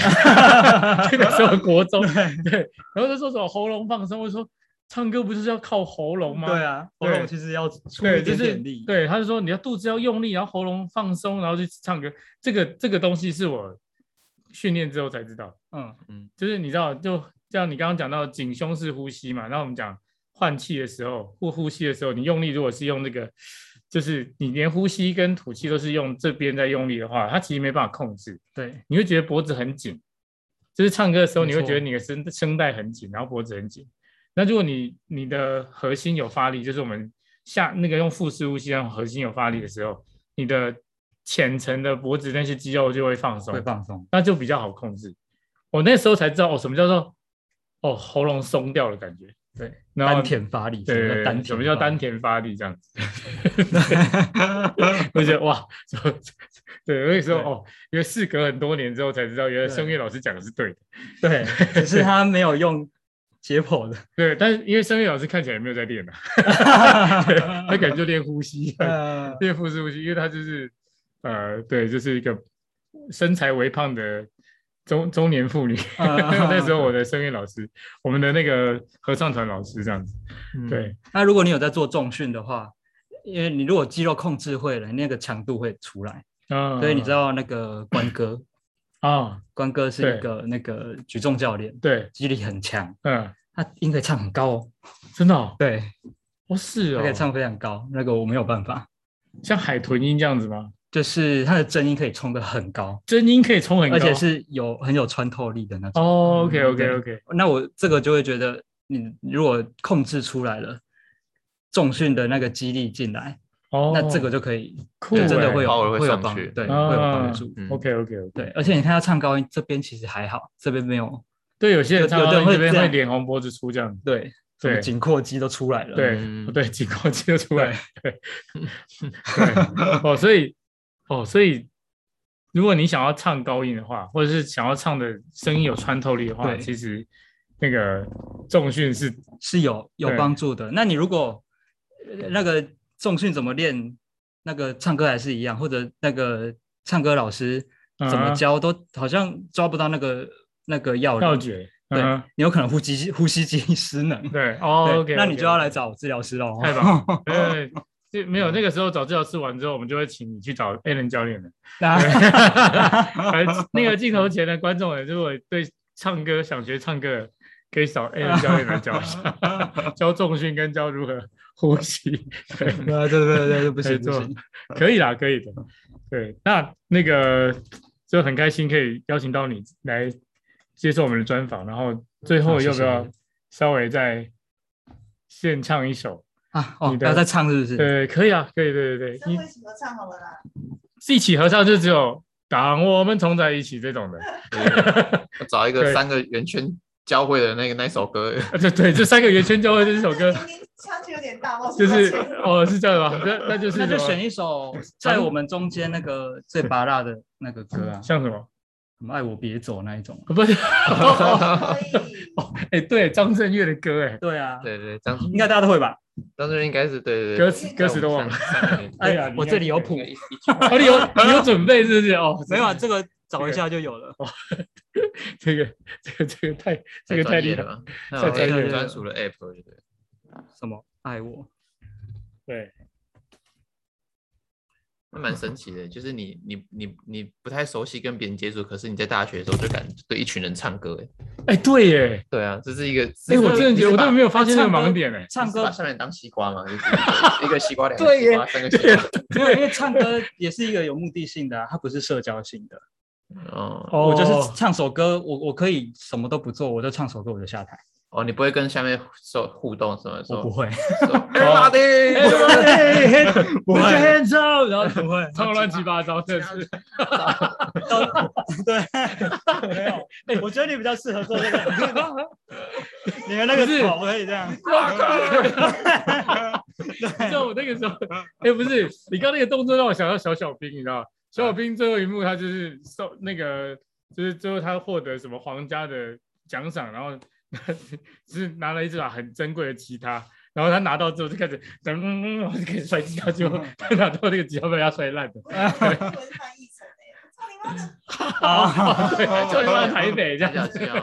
Speaker 1: 这个时候国 中对，然后就说什么喉咙放松，我就说唱歌不就是要靠喉咙吗？
Speaker 3: 对啊，喉
Speaker 1: 对
Speaker 3: 咙其实要出
Speaker 1: 对，
Speaker 3: 一
Speaker 1: 就
Speaker 3: 点
Speaker 1: 是
Speaker 3: 点力，
Speaker 1: 对，他就说你要肚子要用力，然后喉咙放松，然后去唱歌。这个这个东西是我训练之后才知道，
Speaker 3: 嗯，
Speaker 1: 就是你知道，就像你刚刚讲到紧胸式呼吸嘛，然后我们讲换气的时候或呼吸的时候，你用力如果是用这个，就是你连呼吸跟吐气都是用这边在用力的话，它其实没办法控制。
Speaker 3: 对，
Speaker 1: 你会觉得脖子很紧，就是唱歌的时候，
Speaker 3: 没
Speaker 1: 你
Speaker 3: 错
Speaker 1: 会觉得你的声声带很紧，然后脖子很紧。那如果你你的核心有发力，就是我们下那个用腹式呼吸让核心有发力的时候，你的浅层的脖子那些肌肉就会放松
Speaker 3: 会，放松，
Speaker 1: 那就比较好控制。我那时候才知道哦，什么叫做哦喉咙松掉的感觉，
Speaker 3: 对，
Speaker 1: 然后
Speaker 3: 丹田发力，
Speaker 1: 对
Speaker 3: 什
Speaker 1: 对
Speaker 3: 么叫
Speaker 1: 对
Speaker 3: 丹田，
Speaker 1: 什么叫丹？田发力这样子？
Speaker 3: 对
Speaker 1: 我觉得哇， 对，那个时候
Speaker 3: 对
Speaker 1: 哦，因为事隔很多年之后才知道，原来声乐老师讲的是对的。
Speaker 3: 对，只是他没有用解剖的，
Speaker 1: 对，但是因为声乐老师看起来也没有在练啊， 对他感觉就练呼吸，
Speaker 3: 呃，
Speaker 1: 练腹式呼吸，因为他就是呃，对，就是一个身材微胖的中中年妇女。
Speaker 3: 嗯
Speaker 1: 那时候我的声乐老师，我们的那个合唱团老师这样子，
Speaker 5: 嗯，
Speaker 1: 对，
Speaker 3: 那如果你有在做重训的话，因为你如果肌肉控制会了，那个强度会出来。
Speaker 1: 啊，
Speaker 3: 所以你知道那个 关哥，
Speaker 1: 啊，
Speaker 3: 关哥是
Speaker 1: 对
Speaker 3: 一个那个举重教练，
Speaker 1: 对，
Speaker 3: 肌力很强，
Speaker 1: 嗯，
Speaker 3: 他音可以唱很高哦，
Speaker 1: 真的哦，
Speaker 3: 对，
Speaker 1: 哦是
Speaker 3: 他
Speaker 1: 哦
Speaker 3: 可以，唱非常高，那个我没有办法，
Speaker 1: 像海豚音这样子吗？
Speaker 3: 就是他的真音可以冲得很高，
Speaker 1: 真音可以冲很高，
Speaker 3: 而且是嗯有很有穿透力的那种。
Speaker 1: 哦，OK OK OK，
Speaker 3: 那我这个就会觉得，你如果控制出来了，重训的那个肌力进来，
Speaker 1: 哦，
Speaker 3: 那这个就可以，
Speaker 1: 酷
Speaker 3: 对，
Speaker 1: 欸，
Speaker 3: 真的会有
Speaker 5: Power 会
Speaker 3: 会有
Speaker 5: 上
Speaker 3: 帮，
Speaker 5: 去
Speaker 3: 对，
Speaker 1: 啊
Speaker 3: 会有帮助。
Speaker 5: 嗯
Speaker 1: OK OK OK。
Speaker 3: 对，而且你看他唱高音这边其实还好，这边没有，
Speaker 1: 对，有些人
Speaker 3: 有
Speaker 1: 唱
Speaker 3: 有
Speaker 1: 到
Speaker 3: 的人
Speaker 1: 你
Speaker 3: 会
Speaker 1: 这边
Speaker 3: 这
Speaker 1: 会
Speaker 3: 样
Speaker 1: 脸红脖子粗这样子。
Speaker 3: 对，什么
Speaker 1: 对
Speaker 3: 紧阔肌都出来了。
Speaker 1: 对、
Speaker 5: 嗯
Speaker 1: 对，紧扣肌就出来。对对哦，所以哦，所以如果你想要唱高音的话，或者是想要唱的声音有穿透力的话，
Speaker 3: 对
Speaker 1: 其实那个重训是
Speaker 3: 是有有
Speaker 1: 对
Speaker 3: 帮助的。那你如果呃那个重训怎么练，那个唱歌还是一样，或者那个唱歌老师怎
Speaker 1: 嗯
Speaker 3: 么
Speaker 1: 哼
Speaker 3: 教，都好像抓不到那个那个要领
Speaker 1: 要。诀。
Speaker 3: 对
Speaker 1: 嗯哼，
Speaker 3: 你有可能呼吸呼吸肌失能。
Speaker 1: 对哦
Speaker 3: 对
Speaker 1: ，OK，
Speaker 3: 那你就要来。找治疗师喽。
Speaker 1: 太棒 对，对就没有那个时候找治疗师完之后，我们就会请你去找 a l n 教 练的。
Speaker 3: 那
Speaker 1: 而那个镜头前的观众，如果对唱歌想学唱歌，可以找 A 的教练来教一 下，教重训跟教如何呼吸，对，
Speaker 3: 对对对对，不
Speaker 1: 没
Speaker 3: 行不
Speaker 1: 错
Speaker 3: 行，
Speaker 1: 可以啦，可以的。对，那那个就很开心可以邀请到你来接受我们的专访，然后最后
Speaker 3: 好谢
Speaker 1: 要
Speaker 3: 谢
Speaker 1: 不要稍微再献唱一首？
Speaker 3: 啊！哦，
Speaker 1: 你
Speaker 3: 不
Speaker 1: 的
Speaker 3: 要再唱是不是？
Speaker 1: 对，可以啊，可以，对对对，
Speaker 4: 跟为
Speaker 1: 一
Speaker 4: 什么唱好了啦？
Speaker 1: 一起合唱就只有当我们同在一起这种的。
Speaker 5: 对要找一个
Speaker 1: 对
Speaker 5: 三个圆圈交汇的那个那首歌，
Speaker 1: 啊，对对，这三个圆圈交汇这首歌，
Speaker 4: 今天唱起有点大冒险，
Speaker 1: 就是哦，是这样吗？那那就是
Speaker 3: 那就
Speaker 1: 什么
Speaker 3: 选一首在我们中间那个最拔辣的那个歌啊，
Speaker 1: 像什么？
Speaker 3: 什么爱我别走那一种啊。
Speaker 1: 不是，
Speaker 4: 可以。
Speaker 1: 哎，对，张震岳的歌，哎，
Speaker 3: 对啊，
Speaker 5: 对对，张
Speaker 3: 应该大家都会吧？
Speaker 5: 张这边应该是对对
Speaker 1: 歌
Speaker 5: 对，
Speaker 1: 词歌词都忘了。
Speaker 5: 了，
Speaker 1: 对
Speaker 3: 哎
Speaker 1: 啊
Speaker 3: 呀
Speaker 1: 你，应
Speaker 3: 我
Speaker 1: 该
Speaker 3: 这里有
Speaker 5: 谱
Speaker 3: 谱，
Speaker 5: 一一句话
Speaker 1: 哦，你有你有准备是不是？哦，
Speaker 3: 没有啊，这个找一下就有了。
Speaker 1: 这个这个这个太 这个太
Speaker 5: 专
Speaker 1: 厉
Speaker 5: 业
Speaker 1: 害
Speaker 5: 了
Speaker 1: 了。
Speaker 5: 吧，那有
Speaker 1: 太专业了
Speaker 5: 专属 的 app 对不对？
Speaker 3: 什么爱我？
Speaker 1: 对，
Speaker 5: 那蛮神奇的，就是你你你你不太熟悉跟别人接触，可是你在大学的时候就敢对一群人唱歌，哎，
Speaker 1: 哎，对耶，
Speaker 5: 对啊，这是一个，哎
Speaker 1: 哎，我真的觉得我都没有发现这个
Speaker 3: 唱歌
Speaker 1: 盲点哎。
Speaker 3: 唱
Speaker 5: 把
Speaker 3: 歌
Speaker 5: 下面当西瓜嘛，就是 一个一个西瓜，两个西瓜，三个西瓜，
Speaker 3: 没有，因为唱歌也是一个有目的性的啊，它不是社交性的。
Speaker 5: 哦
Speaker 1: 哦
Speaker 3: 我就是唱首歌，我我可以什么都不做，我就唱首歌我就下台，
Speaker 5: 哦，你不会跟下面说互动什么
Speaker 3: 我
Speaker 5: 说
Speaker 3: 不 会，
Speaker 5: 说
Speaker 1: 哎
Speaker 5: everybody，
Speaker 1: 不
Speaker 3: 我
Speaker 1: 会，
Speaker 3: 就 hands up，然 后不会
Speaker 1: 唱乱七八糟，真的是
Speaker 3: 对，没有，哎、我觉得你比较适合做这个，你们那
Speaker 1: 个
Speaker 3: 个
Speaker 1: 不是
Speaker 3: 口可以这样，
Speaker 1: 你知道我那个时候，哎、不是，你刚那个动作让我想到小小兵，你知道吗？小小兵最后一幕，他就是受那个，就是最后他获得什么皇家的奖赏，然后 就是拿了一把很珍贵的吉他，然后他拿到之后就开始噔噔噔，然后就开始摔吉他，结果他拿到那个吉他被他摔烂的。
Speaker 4: 我文翻译成哎，操你妈的！
Speaker 1: 哦，对， 就放在台北这 样
Speaker 5: 这样这啊
Speaker 1: 子。
Speaker 5: 样，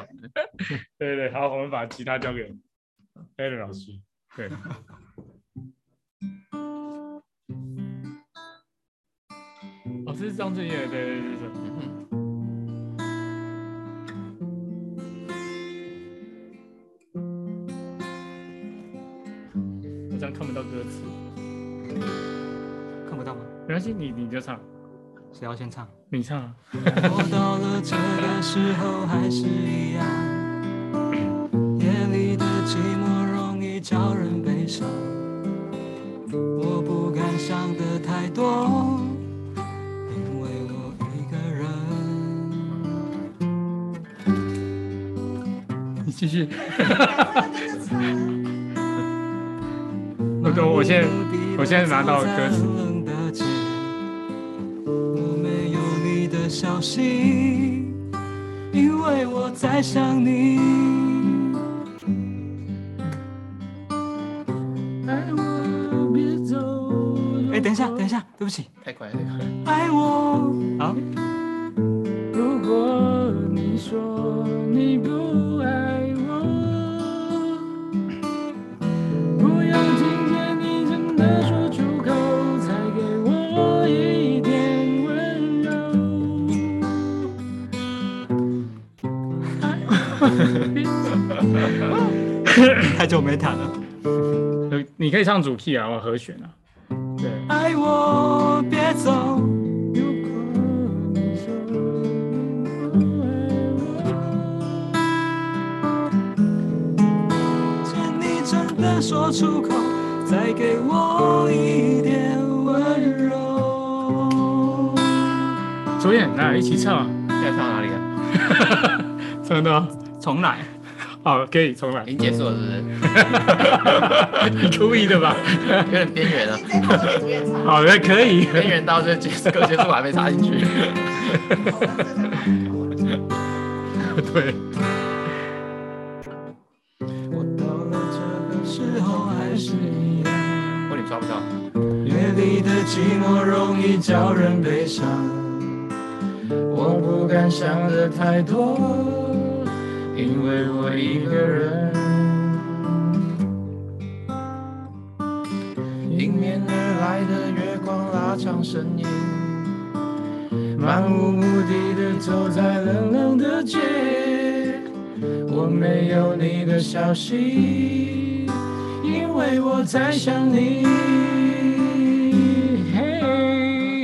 Speaker 1: 对对，好，我们把吉他交给 a l n 老师。对，哦，这是张震岳，对对对对。嗯我这样看不到歌词，
Speaker 3: 看不到吗？
Speaker 1: 没关系，你你就唱，
Speaker 3: 谁要先唱？
Speaker 1: 你唱啊。
Speaker 2: 我到了这个时候还是一样，夜里的寂寞容易叫人悲伤。我不敢想的太多，因为我一个人。
Speaker 1: 你继续。
Speaker 4: 我真的操！
Speaker 1: 我懂我现在
Speaker 2: 嗯
Speaker 1: 我现在拿到歌词。
Speaker 2: 我没有你的消息，因为我在想你。爱我别走。哎，等一下，等一下，对不起。
Speaker 5: 太快了，太快了，
Speaker 2: 爱我。
Speaker 3: 好，
Speaker 2: 如果你说你不爱我，不要听见你真的说出口，再给我一点温柔。
Speaker 3: 太 久没弹了，
Speaker 1: 呃，你可以唱主 key 啊，我和弦啊。对，
Speaker 2: 爱我，别走。见你真的说出口，再给我一点温柔。
Speaker 1: 主演那一起唱啊，
Speaker 5: 现在唱到哪里了？
Speaker 1: 唱到
Speaker 3: 重来，
Speaker 1: 好，可以重来
Speaker 5: 已。经结束了，是 不
Speaker 1: 你故意的吧？
Speaker 5: 是？有点边缘了，
Speaker 4: 你在旁边主演唱，
Speaker 1: 好的，可以。
Speaker 5: 边缘到这结束，结束我还没插进去。
Speaker 4: 好像真的蛮好的
Speaker 1: 对，
Speaker 2: 我到了这个时候还是一样，
Speaker 5: 哦，你抓不到，
Speaker 2: 夜里的寂寞容易叫人悲伤。我不敢想的太多，因为我一个人。迎面而来的月光拉长身影，漫无目的的走在冷冷的街，我没有你的消息，因为我在想你。嘿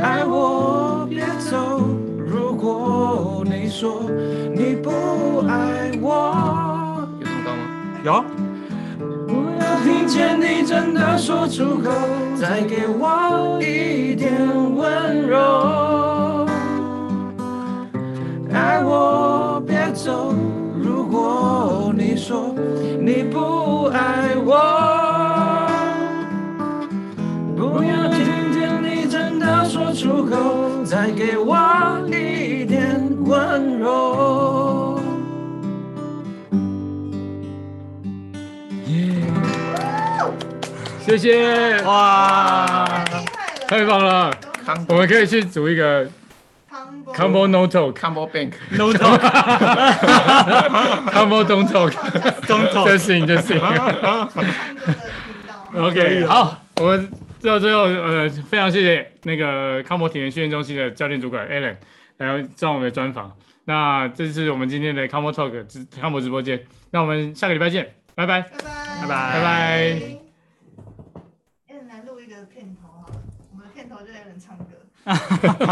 Speaker 2: 爱我别走，如果你说你不爱我。
Speaker 5: 有这么高吗？
Speaker 3: 有，
Speaker 2: 不要听见你真的说出口，再给我一点温柔。爱我别走，如果你说你不爱我，不要听见你真的说出口，再给我一点温柔。
Speaker 1: 谢谢，
Speaker 3: 哇，
Speaker 4: 太厉害
Speaker 1: 太
Speaker 4: 了，
Speaker 1: 棒了。
Speaker 5: 康
Speaker 1: 我们可以去组一个
Speaker 4: combo
Speaker 1: combo no talk，combo
Speaker 5: Combo Bank，
Speaker 3: no talk，
Speaker 1: don't
Speaker 4: 好
Speaker 1: talk，
Speaker 4: 像是
Speaker 3: 中
Speaker 1: 这
Speaker 3: 头，
Speaker 1: 事情这事情。
Speaker 4: 唱歌的频道。
Speaker 1: OK，好，我们最后最后呃，非常谢谢那个康博体能训练中心的教练主管 Alan 来上我们的专访。那这是我们今天的康博 talk 直康博直播间，那我们下个礼拜见，拜拜。
Speaker 4: 拜
Speaker 3: 拜
Speaker 4: 拜，
Speaker 3: 拜
Speaker 1: 拜拜。
Speaker 4: 一人来录一个片头好了，我们的片头就有人唱歌。